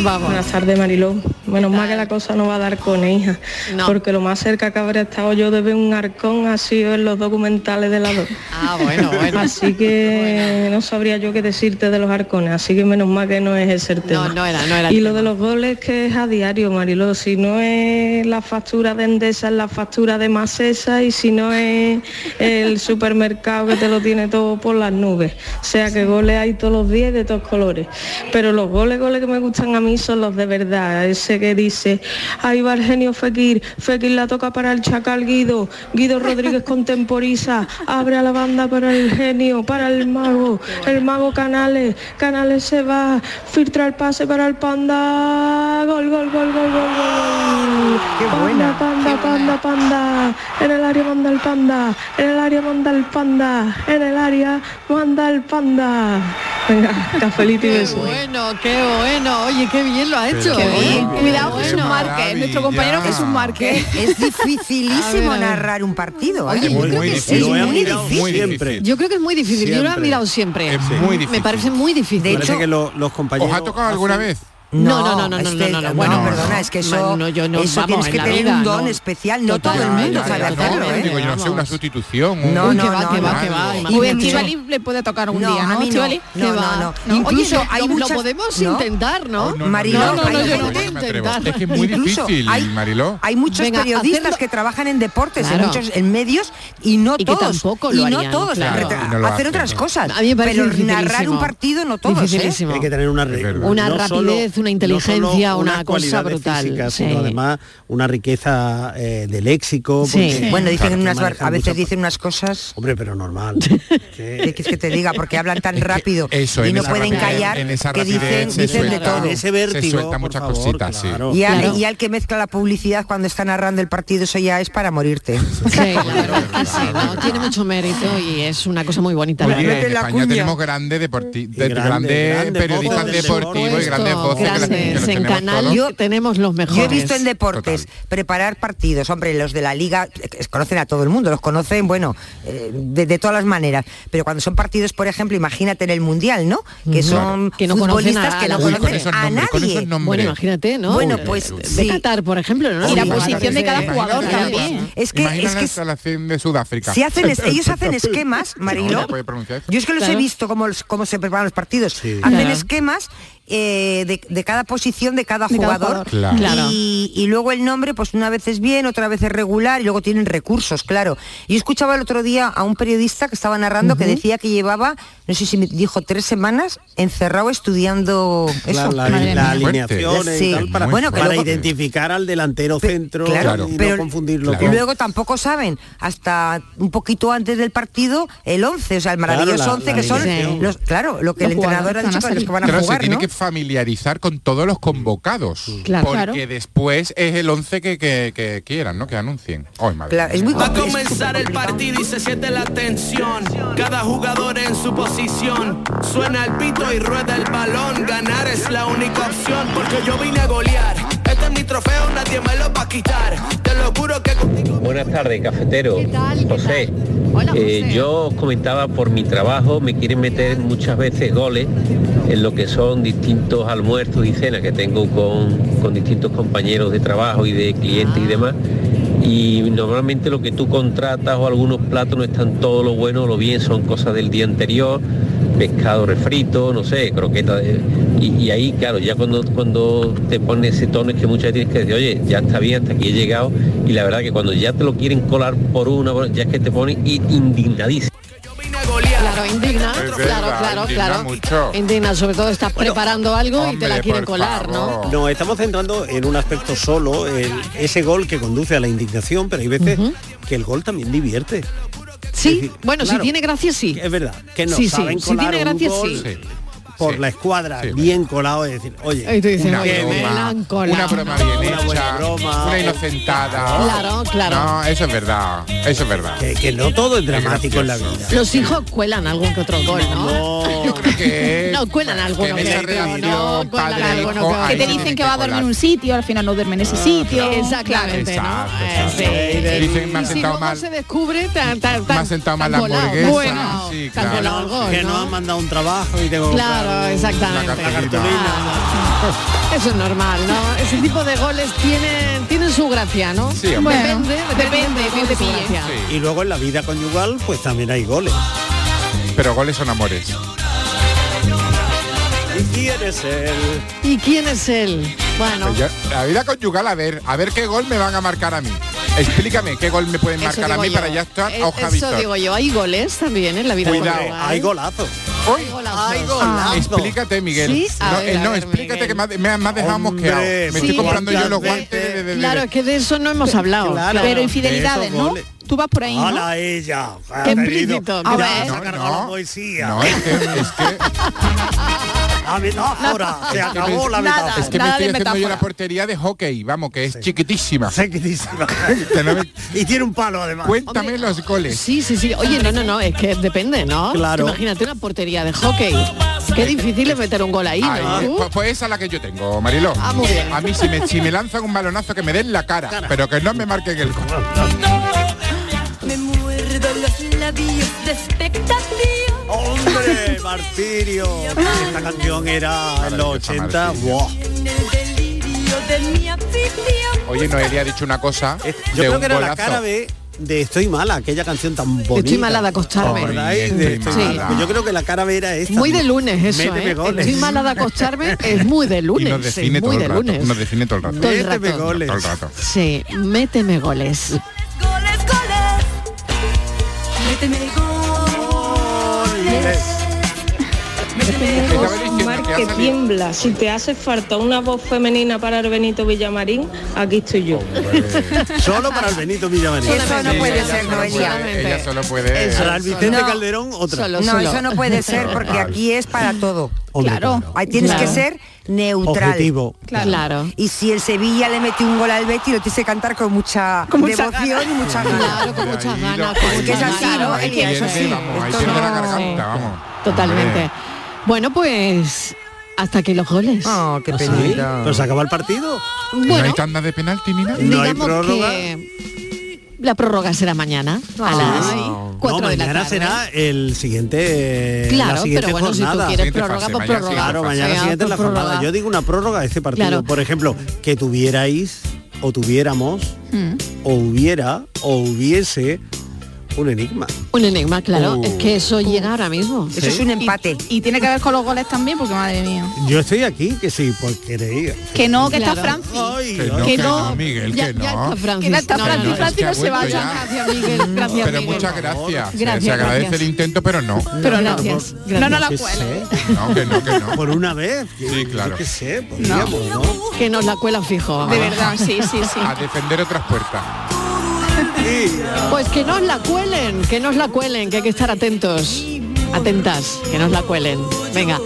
Speaker 16: vamos.
Speaker 20: Buenas tardes, Mariló. Menos mal que la cosa no va a dar con hija, porque lo más cerca que habré estado yo de ver un arcón ha sido en los documentales de la dos.
Speaker 16: Ah, bueno, bueno.
Speaker 20: Así que no sabría yo qué decirte de los arcones, así que menos mal que no es ese el tema.
Speaker 16: no era- no era el
Speaker 20: Y lo de los goles que es a diario, Mariló, si no es la factura de Endesa, es la factura de Macesa y si no es el supermercado que te lo tiene todo por las nubes. O sea que goles hay todos los días y de todos colores. Pero los goles, goles que me gustan a mí son los de verdad. Ese que dice, ahí va el genio Fekir, Fekir la toca para el chacal Guido, Guido Rodríguez contemporiza, abre a la banda para el genio, para el mago, el mago Canales, Canales se va, filtra el pase para el panda, gol, gol, gol, gol, gol, gol. Panda, panda, panda, panda, en el área manda el panda, en el área manda el panda, en el área manda el panda. Venga, cafelito y
Speaker 16: Qué
Speaker 20: besos.
Speaker 16: bueno, qué bueno. Oye, qué bien lo ha hecho.
Speaker 20: Qué
Speaker 16: ¿eh?
Speaker 20: bien.
Speaker 17: Cuidado Jesús Márquez, nuestro compañero
Speaker 16: Maravilla.
Speaker 17: Jesús Márquez.
Speaker 15: Es dificilísimo
Speaker 17: A ver, a ver.
Speaker 15: narrar un partido. ¿eh?
Speaker 16: Oye, yo creo que sí.
Speaker 17: Lo he
Speaker 16: muy
Speaker 17: mirado
Speaker 16: difícil.
Speaker 17: siempre.
Speaker 16: Yo creo que es muy difícil. Yo lo he
Speaker 17: Siempre.
Speaker 16: mirado siempre.
Speaker 17: Es muy
Speaker 16: Me
Speaker 17: difícil.
Speaker 16: parece muy difícil.
Speaker 17: Parece que lo- los compañeros.
Speaker 18: ¿Os ha tocado alguna
Speaker 17: hacen-
Speaker 18: vez?
Speaker 16: No, no, no, no, no,
Speaker 15: este-
Speaker 16: no, no, no,
Speaker 15: no,
Speaker 16: bueno,
Speaker 15: perdona, es que eso,
Speaker 16: no, yo no,
Speaker 15: eso
Speaker 16: vamos,
Speaker 15: tienes
Speaker 16: en
Speaker 15: que
Speaker 16: la
Speaker 15: tener
Speaker 16: vida,
Speaker 15: un don
Speaker 16: no.
Speaker 15: especial, no todo el
Speaker 16: Totalmente,
Speaker 15: mundo
Speaker 16: ya,
Speaker 15: sabe
Speaker 16: ya,
Speaker 15: hacerlo,
Speaker 16: totalmente.
Speaker 15: ¿eh?
Speaker 18: Digo, yo no sé, una sustitución. un-
Speaker 15: No,
Speaker 18: un-
Speaker 15: no,
Speaker 18: un-
Speaker 15: no, no, no.
Speaker 18: algo.
Speaker 17: Y de
Speaker 15: Imagínate.
Speaker 17: Estivali le puede tocar un
Speaker 15: No,
Speaker 17: día,
Speaker 15: a
Speaker 17: ¿no?
Speaker 15: mí no.
Speaker 17: Estivali?
Speaker 15: No, no, no. Incluso
Speaker 16: Oye,
Speaker 15: hay
Speaker 16: lo,
Speaker 15: muchas-
Speaker 16: lo podemos
Speaker 15: ¿no?
Speaker 16: intentar, ¿no?
Speaker 15: No, no, Mariló,
Speaker 16: no, no,
Speaker 15: hay
Speaker 16: no, yo
Speaker 15: gente-
Speaker 16: no
Speaker 15: no,
Speaker 16: voy a
Speaker 15: no me
Speaker 18: atrevo.
Speaker 16: intentar.
Speaker 18: Es que es muy
Speaker 15: Incluso
Speaker 18: difícil,
Speaker 15: hay-
Speaker 18: Mariló.
Speaker 15: Hay muchos
Speaker 16: Venga,
Speaker 15: periodistas
Speaker 16: hacerlo-
Speaker 15: que trabajan en deportes,
Speaker 16: Claro.
Speaker 15: en muchos en medios y no
Speaker 16: Y que
Speaker 15: todos
Speaker 16: tampoco lo
Speaker 15: y no
Speaker 16: harían,
Speaker 15: todos
Speaker 16: claro.
Speaker 15: retra-
Speaker 16: Y no lo
Speaker 15: hacer
Speaker 16: hacen,
Speaker 15: otras
Speaker 16: no.
Speaker 15: cosas,
Speaker 16: A mí me parece
Speaker 15: pero narrar
Speaker 16: dificilísimo.
Speaker 15: un partido no todos, ¿eh?
Speaker 16: Dificilísimo.
Speaker 17: Hay que tener una, ri-
Speaker 16: Una
Speaker 17: no solo-
Speaker 16: rapidez, una
Speaker 17: no
Speaker 16: inteligencia,
Speaker 17: solo
Speaker 16: una
Speaker 17: unas
Speaker 16: cosa
Speaker 17: cualidades
Speaker 16: brutal,
Speaker 17: físicas,
Speaker 16: sí.
Speaker 17: sino además una riqueza eh, de léxico.
Speaker 15: Sí. Bueno, dicen unas bar- a veces
Speaker 17: dicen
Speaker 15: unas cosas.
Speaker 17: Hombre, pero normal.
Speaker 15: ¿Qué quieres que te diga? Porque hablan tan rápido
Speaker 17: eso,
Speaker 15: y
Speaker 17: en
Speaker 15: no
Speaker 17: esa
Speaker 15: pueden
Speaker 17: rapidez-
Speaker 15: callar
Speaker 17: en esa
Speaker 15: que dicen,
Speaker 17: rapidez se
Speaker 15: dicen de
Speaker 17: suelta-
Speaker 15: todo.
Speaker 17: en ese vértigo,
Speaker 18: se sueltan
Speaker 17: por
Speaker 18: muchas
Speaker 17: favor,
Speaker 18: cositas,
Speaker 17: claro.
Speaker 18: sí.
Speaker 15: Y al,
Speaker 17: Claro.
Speaker 15: y al que mezcla la publicidad cuando está narrando el partido, eso ya es para morirte.
Speaker 16: Sí, la verdad es que sí, ¿no? Tiene mucho mérito y es una cosa muy bonita.
Speaker 18: Oye,
Speaker 16: la verdad.
Speaker 18: en España tenemos grandes deporti- de-
Speaker 17: grande,
Speaker 18: grandes
Speaker 17: grande
Speaker 18: periodistas
Speaker 17: voces del
Speaker 18: deportivos y
Speaker 17: deporte.
Speaker 18: grandes voces que las- que los
Speaker 16: en
Speaker 18: tenemos
Speaker 16: Canal
Speaker 18: todos.
Speaker 16: yo, tenemos los mejores.
Speaker 15: Yo he visto en deportes preparar partidos, hombre, los de la liga eh, conocen a todo el mundo, los conocen, bueno, eh, de, de todas las maneras, pero cuando son partidos, por ejemplo, imagínate en el Mundial, ¿no? Que
Speaker 16: Ujú.
Speaker 15: son
Speaker 16: que no conocen
Speaker 15: futbolistas
Speaker 16: a,
Speaker 15: que no
Speaker 16: Uy, con
Speaker 15: conocen
Speaker 16: esos
Speaker 15: a
Speaker 16: nombres, con
Speaker 15: nadie.
Speaker 16: esos nombres. Bueno, imagínate, ¿no?
Speaker 15: Bueno,
Speaker 16: De-
Speaker 15: pues
Speaker 16: de,
Speaker 15: sí.
Speaker 16: Qatar, por ejemplo, ¿no?
Speaker 15: Y la
Speaker 16: Sí,
Speaker 15: posición de cada
Speaker 16: sí.
Speaker 15: jugador
Speaker 16: Imagínate,
Speaker 15: también. Es que-
Speaker 18: Imagina
Speaker 15: es que
Speaker 18: la
Speaker 15: es-
Speaker 18: instalación de Sudáfrica.
Speaker 15: Si hacen es- ellos hacen esquemas,
Speaker 18: No,
Speaker 15: Marilo.
Speaker 18: no puede pronunciar eso.
Speaker 15: Yo es que los he
Speaker 18: Claro.
Speaker 15: visto cómo, los- cómo se preparan los partidos. Hacen
Speaker 18: Claro.
Speaker 15: esquemas eh, de, de cada posición, de cada
Speaker 18: De cada
Speaker 15: jugador.
Speaker 18: jugador. Claro. Claro.
Speaker 15: Y, y luego el nombre, pues una vez es bien, otra vez es regular, y luego tienen recursos, claro. Yo escuchaba el otro día a un periodista que estaba narrando que decía que llevaba, no sé si me dijo tres semanas, encerrado estudiando
Speaker 17: La,
Speaker 15: eso.
Speaker 17: la- la alineación y
Speaker 15: Sí.
Speaker 17: tal, para,
Speaker 15: Bueno, que
Speaker 17: para
Speaker 15: luego-
Speaker 17: identificar al delantero centro
Speaker 15: Claro,
Speaker 17: y no
Speaker 15: pero
Speaker 17: confundirlo
Speaker 15: y
Speaker 17: con...
Speaker 15: luego tampoco saben hasta un poquito antes del partido el 11, o sea, el maravilloso
Speaker 18: Claro, la-
Speaker 15: 11
Speaker 18: la
Speaker 15: que son
Speaker 18: alineación.
Speaker 15: los, claro, lo que el entrenador ha dicho para los que van a
Speaker 18: Claro, se
Speaker 15: jugar,
Speaker 18: tiene
Speaker 15: ¿no?
Speaker 18: que familiarizar con todos los convocados.
Speaker 15: Claro.
Speaker 18: Porque
Speaker 15: Claro.
Speaker 18: después es el 11 que, que- que quieran, ¿no? Que anuncien. Ay, madre
Speaker 15: Claro, es muy
Speaker 18: mía.
Speaker 22: Va a comenzar el partido y se siente la tensión. Cada jugador en su posición. Suena el pito y rueda el balón. Ganar es la única opción porque yo vine a golear. Esta es ni trofeos nadie me los va a quitar. Te lo juro que contigo...
Speaker 32: Buenas tardes, cafetero. José. Eh, yo os comentaba por mi trabajo, me quieren meter muchas veces goles en lo que son distintos almuerzos y cenas que tengo con, con distintos compañeros de trabajo y de clientes y demás. Y normalmente lo que tú contratas o algunos platos no están todo lo bueno o lo bien, son cosas del día anterior, pescado refrito, no sé, croqueta. de- y, y ahí, claro, ya cuando, cuando te pone ese tono es que muchas veces tienes que decir, oye, ya está bien, hasta aquí he llegado. Y la verdad que cuando ya te lo quieren colar por una, por- ya es que te pone i- indignadísimo.
Speaker 16: Claro, indigna,
Speaker 32: Es
Speaker 16: claro,
Speaker 32: verdad,
Speaker 16: claro,
Speaker 32: indigna
Speaker 16: claro.
Speaker 18: mucho.
Speaker 16: Indigna, sobre todo estás preparando algo y te la quieren colar, ¿no?
Speaker 17: Nos estamos centrando en un aspecto solo, el- ese gol que conduce a la indignación, pero hay veces que el gol también divierte.
Speaker 16: Sí, bueno, si
Speaker 17: claro.
Speaker 16: tiene gracia, sí.
Speaker 17: Es verdad, que no
Speaker 16: Sí, sí,
Speaker 17: saben
Speaker 16: si
Speaker 17: colar
Speaker 16: tiene
Speaker 17: un
Speaker 16: gracia,
Speaker 17: gol
Speaker 16: sí.
Speaker 17: por la escuadra, bien colado, y decir, oye,
Speaker 16: Y tú dices,
Speaker 17: una
Speaker 16: oye,
Speaker 17: broma,
Speaker 16: me la han colado.
Speaker 17: una broma bien
Speaker 18: Una
Speaker 17: hecha,
Speaker 18: una inocentada.
Speaker 16: Claro, claro.
Speaker 18: No, eso es verdad. Eso es verdad.
Speaker 17: Que, no todo es dramático en la vida.
Speaker 16: Los hijos cuelan algún que otro gol, ¿no?
Speaker 17: yo creo
Speaker 18: que
Speaker 16: No, cuelan alguno
Speaker 18: en
Speaker 14: ¿eh?
Speaker 16: que
Speaker 18: esa
Speaker 16: otro,
Speaker 18: relación
Speaker 16: no, cuelan
Speaker 18: padre-hijo
Speaker 16: alguno que otro.
Speaker 18: hay
Speaker 14: Que te dicen que va a dormir
Speaker 18: colar.
Speaker 14: en un sitio, al final no duerme en ese sitio.
Speaker 16: Exactamente, ¿no?
Speaker 18: Exacto,
Speaker 16: Eh,
Speaker 18: exacto.
Speaker 16: sí.
Speaker 18: Dicen, me ha
Speaker 16: Y si
Speaker 18: sentado
Speaker 16: luego
Speaker 18: mal.
Speaker 16: se descubre, tan, tan, tan,
Speaker 18: Me ha sentado mal
Speaker 16: tan
Speaker 18: la
Speaker 16: colado,
Speaker 18: hamburguesa.
Speaker 16: bueno,
Speaker 18: Sí,
Speaker 16: tan
Speaker 18: claro.
Speaker 16: colado el gol,
Speaker 17: que
Speaker 16: ¿no?
Speaker 17: no han mandado un trabajo y tengo que
Speaker 16: Claro,
Speaker 17: comprar un-
Speaker 16: exactamente.
Speaker 17: una cartulina.
Speaker 16: Eso es normal, ¿no? Ese tipo de goles tienen, tienen su gracia, ¿no?
Speaker 17: Sí, hombre.
Speaker 16: depende, depende, de cómo te pille.
Speaker 17: Y luego en la vida conyugal, pues también hay goles.
Speaker 18: Pero goles son amores.
Speaker 17: ¿Y quién es él?
Speaker 16: ¿Y quién es él? Bueno,
Speaker 18: Pues ya- la vida conyugal, a ver, a ver qué gol me van a marcar a mí. Explícame qué gol me pueden
Speaker 16: eso
Speaker 18: marcar a
Speaker 16: digo
Speaker 18: mí
Speaker 16: yo.
Speaker 18: para ya estar
Speaker 16: Eh,
Speaker 18: a hoja
Speaker 16: Eso
Speaker 18: Víctor.
Speaker 16: digo yo, hay goles también en la vida
Speaker 18: Cuidado,
Speaker 16: conyugal.
Speaker 18: hay
Speaker 17: golazos.
Speaker 18: Hoy,
Speaker 16: Hay Ah, golazos.
Speaker 18: explícate, Miguel.
Speaker 16: Sí, a
Speaker 18: no,
Speaker 16: ver,
Speaker 18: eh,
Speaker 16: a
Speaker 18: no,
Speaker 16: ver,
Speaker 18: explícate que me, ha- me ha- me has dejado mosqueado. Me
Speaker 16: sí,
Speaker 18: estoy comprando yo los
Speaker 16: ¿cuántas
Speaker 18: guantes de, de- de-
Speaker 16: Claro, es que de eso no hemos hablado.
Speaker 18: claro.
Speaker 14: Pero infidelidades,
Speaker 18: Esos
Speaker 14: ¿no?
Speaker 18: goles. eh.
Speaker 14: Tú vas por ahí, ¿no?
Speaker 17: ¡Hala, ella! ha
Speaker 14: Qué
Speaker 17: tenido-
Speaker 14: implícito,
Speaker 17: Ya
Speaker 14: a ver.
Speaker 17: se ha cargado la poesía.
Speaker 18: No, es que, es que,
Speaker 17: La metáfora, se
Speaker 18: es que me-
Speaker 17: acabó la metáfora.
Speaker 18: es que me estoy haciendo yo la portería de hockey, vamos, que es chiquitísima.
Speaker 17: Chiquitísima. y tiene un palo además.
Speaker 18: Cuéntame los goles.
Speaker 16: Sí, sí, sí. Oye, no, no, no, es que depende, ¿no?
Speaker 18: Claro.
Speaker 16: Tú Imagínate una portería de hockey. Qué difícil es meter un gol ahí,
Speaker 18: Ay,
Speaker 16: ¿no?
Speaker 18: eh, pues, pues esa es la que yo tengo, Mariló.
Speaker 16: Ah, muy bien.
Speaker 18: A mí si me, si me lanzan un balonazo que me den la cara, pero que no me marquen el gol.
Speaker 22: Me muerdo los labios de expectativa.
Speaker 17: ¡Hombre, martirio! Esta canción era en los 80. ¡Buah!
Speaker 22: En el delirio de mi afición.
Speaker 18: Oye, Noelia ha dicho una cosa
Speaker 17: Yo
Speaker 18: de
Speaker 17: creo
Speaker 18: un
Speaker 17: que era la
Speaker 18: golazo.
Speaker 17: cara de, de Estoy mala, aquella canción tan bonita.
Speaker 16: mala de acostarme.
Speaker 17: ¿Os acordáis de
Speaker 16: Estoy
Speaker 17: Estoy
Speaker 16: mala.
Speaker 17: mala? Pues Yo creo que la cara B era esta.
Speaker 16: Muy de lunes eso,
Speaker 17: Méteme
Speaker 16: ¿eh?
Speaker 17: goles.
Speaker 16: Estoy mala de acostarme, es muy de
Speaker 18: Y
Speaker 16: lunes.
Speaker 18: nos define
Speaker 16: es
Speaker 18: todo
Speaker 16: muy de
Speaker 18: el rato.
Speaker 16: lunes.
Speaker 18: Nos define todo el rato.
Speaker 16: Todo el Méteme rato. goles.
Speaker 18: Todo el rato.
Speaker 16: Sí, méteme goles.
Speaker 22: Méteme goles. Méteme goles.
Speaker 20: Mar que tiembla, si te hace falta una voz femenina para el Benito Villamarín, aquí estoy yo.
Speaker 17: Solo para el Benito Villamarín.
Speaker 20: Eso no puede
Speaker 18: ser, Noelia. Ella solo puede...
Speaker 17: Eso, Para el Vicente
Speaker 15: solo.
Speaker 17: Calderón, otra.
Speaker 15: no, eso no puede ser porque aquí es para todo.
Speaker 17: claro.
Speaker 15: Ahí tienes que ser neutral.
Speaker 17: Objetivo.
Speaker 15: Claro. Y si el Sevilla le metió un gol al Betis, lo tienes que cantar con mucha
Speaker 16: Con mucha
Speaker 15: devoción y
Speaker 16: gana.
Speaker 15: mucha ganas.
Speaker 16: Claro, con muchas ganas. con
Speaker 15: Es que es
Speaker 16: muchas
Speaker 15: así,
Speaker 16: ganas.
Speaker 15: ¿no?
Speaker 18: Ahí
Speaker 15: Eli? Es
Speaker 18: pierde,
Speaker 15: así.
Speaker 18: vamos, ahí
Speaker 15: Esto
Speaker 18: pierde la
Speaker 15: no-
Speaker 18: garganta, vamos.
Speaker 16: Totalmente. Bueno, pues hasta aquí los goles.
Speaker 18: Ah,
Speaker 15: Oh,
Speaker 16: ¿Ah,
Speaker 15: qué
Speaker 17: Sí, Pero se acaba el partido.
Speaker 16: Bueno.
Speaker 18: No hay tanda de penalti ni nada.
Speaker 16: Pues Digamos que la prórroga será mañana
Speaker 17: Ah.
Speaker 16: a las
Speaker 17: No,
Speaker 16: 4 de la
Speaker 17: mañana
Speaker 16: tarde.
Speaker 17: será el siguiente
Speaker 16: Claro,
Speaker 17: la siguiente
Speaker 16: pero bueno, si tú
Speaker 17: jornada.
Speaker 16: quieres Siguiente prórroga, fase, pues mañana prórroga.
Speaker 17: Claro,
Speaker 16: siguiente
Speaker 17: mañana
Speaker 16: fase.
Speaker 17: siguiente
Speaker 16: Ah,
Speaker 17: la
Speaker 16: pues
Speaker 17: jornada.
Speaker 16: prórroga.
Speaker 17: Yo digo una prórroga de este partido.
Speaker 16: Claro.
Speaker 17: Por ejemplo, que tuvierais o tuviéramos
Speaker 16: Mm.
Speaker 17: o hubiera o hubiese un enigma.
Speaker 16: Un enigma, claro.
Speaker 17: Uh.
Speaker 16: Es que eso llega ahora mismo.
Speaker 17: Eso es un
Speaker 15: empate.
Speaker 14: Y tiene que ver con los goles también, porque madre mía.
Speaker 17: Yo estoy aquí, que sí, pues queréis.
Speaker 14: Que no, que está
Speaker 16: Claro.
Speaker 14: Francis.
Speaker 17: Que no, que no, Miguel, que
Speaker 14: Ya- ya
Speaker 17: no.
Speaker 14: está Francis.
Speaker 16: Que no está
Speaker 14: No,
Speaker 16: Francis,
Speaker 14: no,
Speaker 18: Francis
Speaker 14: es que
Speaker 18: no
Speaker 14: ha
Speaker 18: se
Speaker 14: vuelto
Speaker 18: vaya.
Speaker 14: ya.
Speaker 16: Gracias, Miguel. Gracias,
Speaker 18: pero
Speaker 16: Miguel.
Speaker 18: muchas gracias. Se-
Speaker 16: Gracias,
Speaker 18: se agradece
Speaker 16: gracias.
Speaker 18: el intento, pero no.
Speaker 16: Pero no, gracias,
Speaker 17: por-
Speaker 16: gracias. No nos la
Speaker 17: yo qué
Speaker 16: cueles.
Speaker 17: sé.
Speaker 18: No, que no, que no.
Speaker 17: Por una vez.
Speaker 18: Sí, claro. pues
Speaker 17: Yo qué sé, podríamos, ¿no?
Speaker 16: Que nos la cuela fijo. vamos.
Speaker 18: De verdad,
Speaker 14: sí, sí, sí.
Speaker 18: A defender otras puertas.
Speaker 16: Pues que nos la cuelen, que nos la cuelen, que hay que estar atentos, atentas, que nos la cuelen. Venga,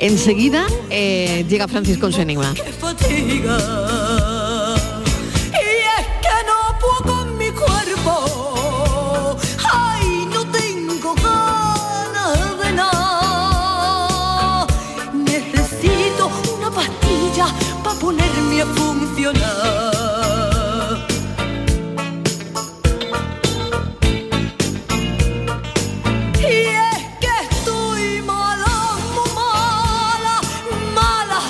Speaker 16: enseguida eh, llega Francis con su enigma.
Speaker 22: fatiga. Y es que no puedo con mi cuerpo. Ay, no tengo ganas de nada. Necesito una pastilla para ponerme a funcionar. Y es que estoy mala, muy mala, mala,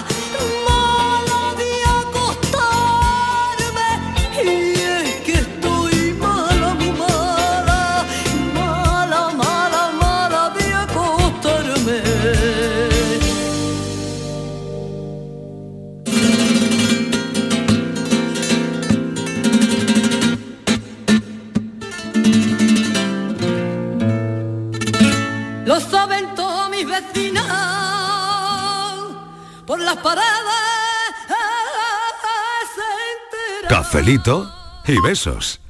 Speaker 22: mala de acostarme. Y es que estoy mala, muy mala, mala, mala, mala de acostarme. Lo saben todos mis vecinos por las paradas.
Speaker 8: Cafelito y besos.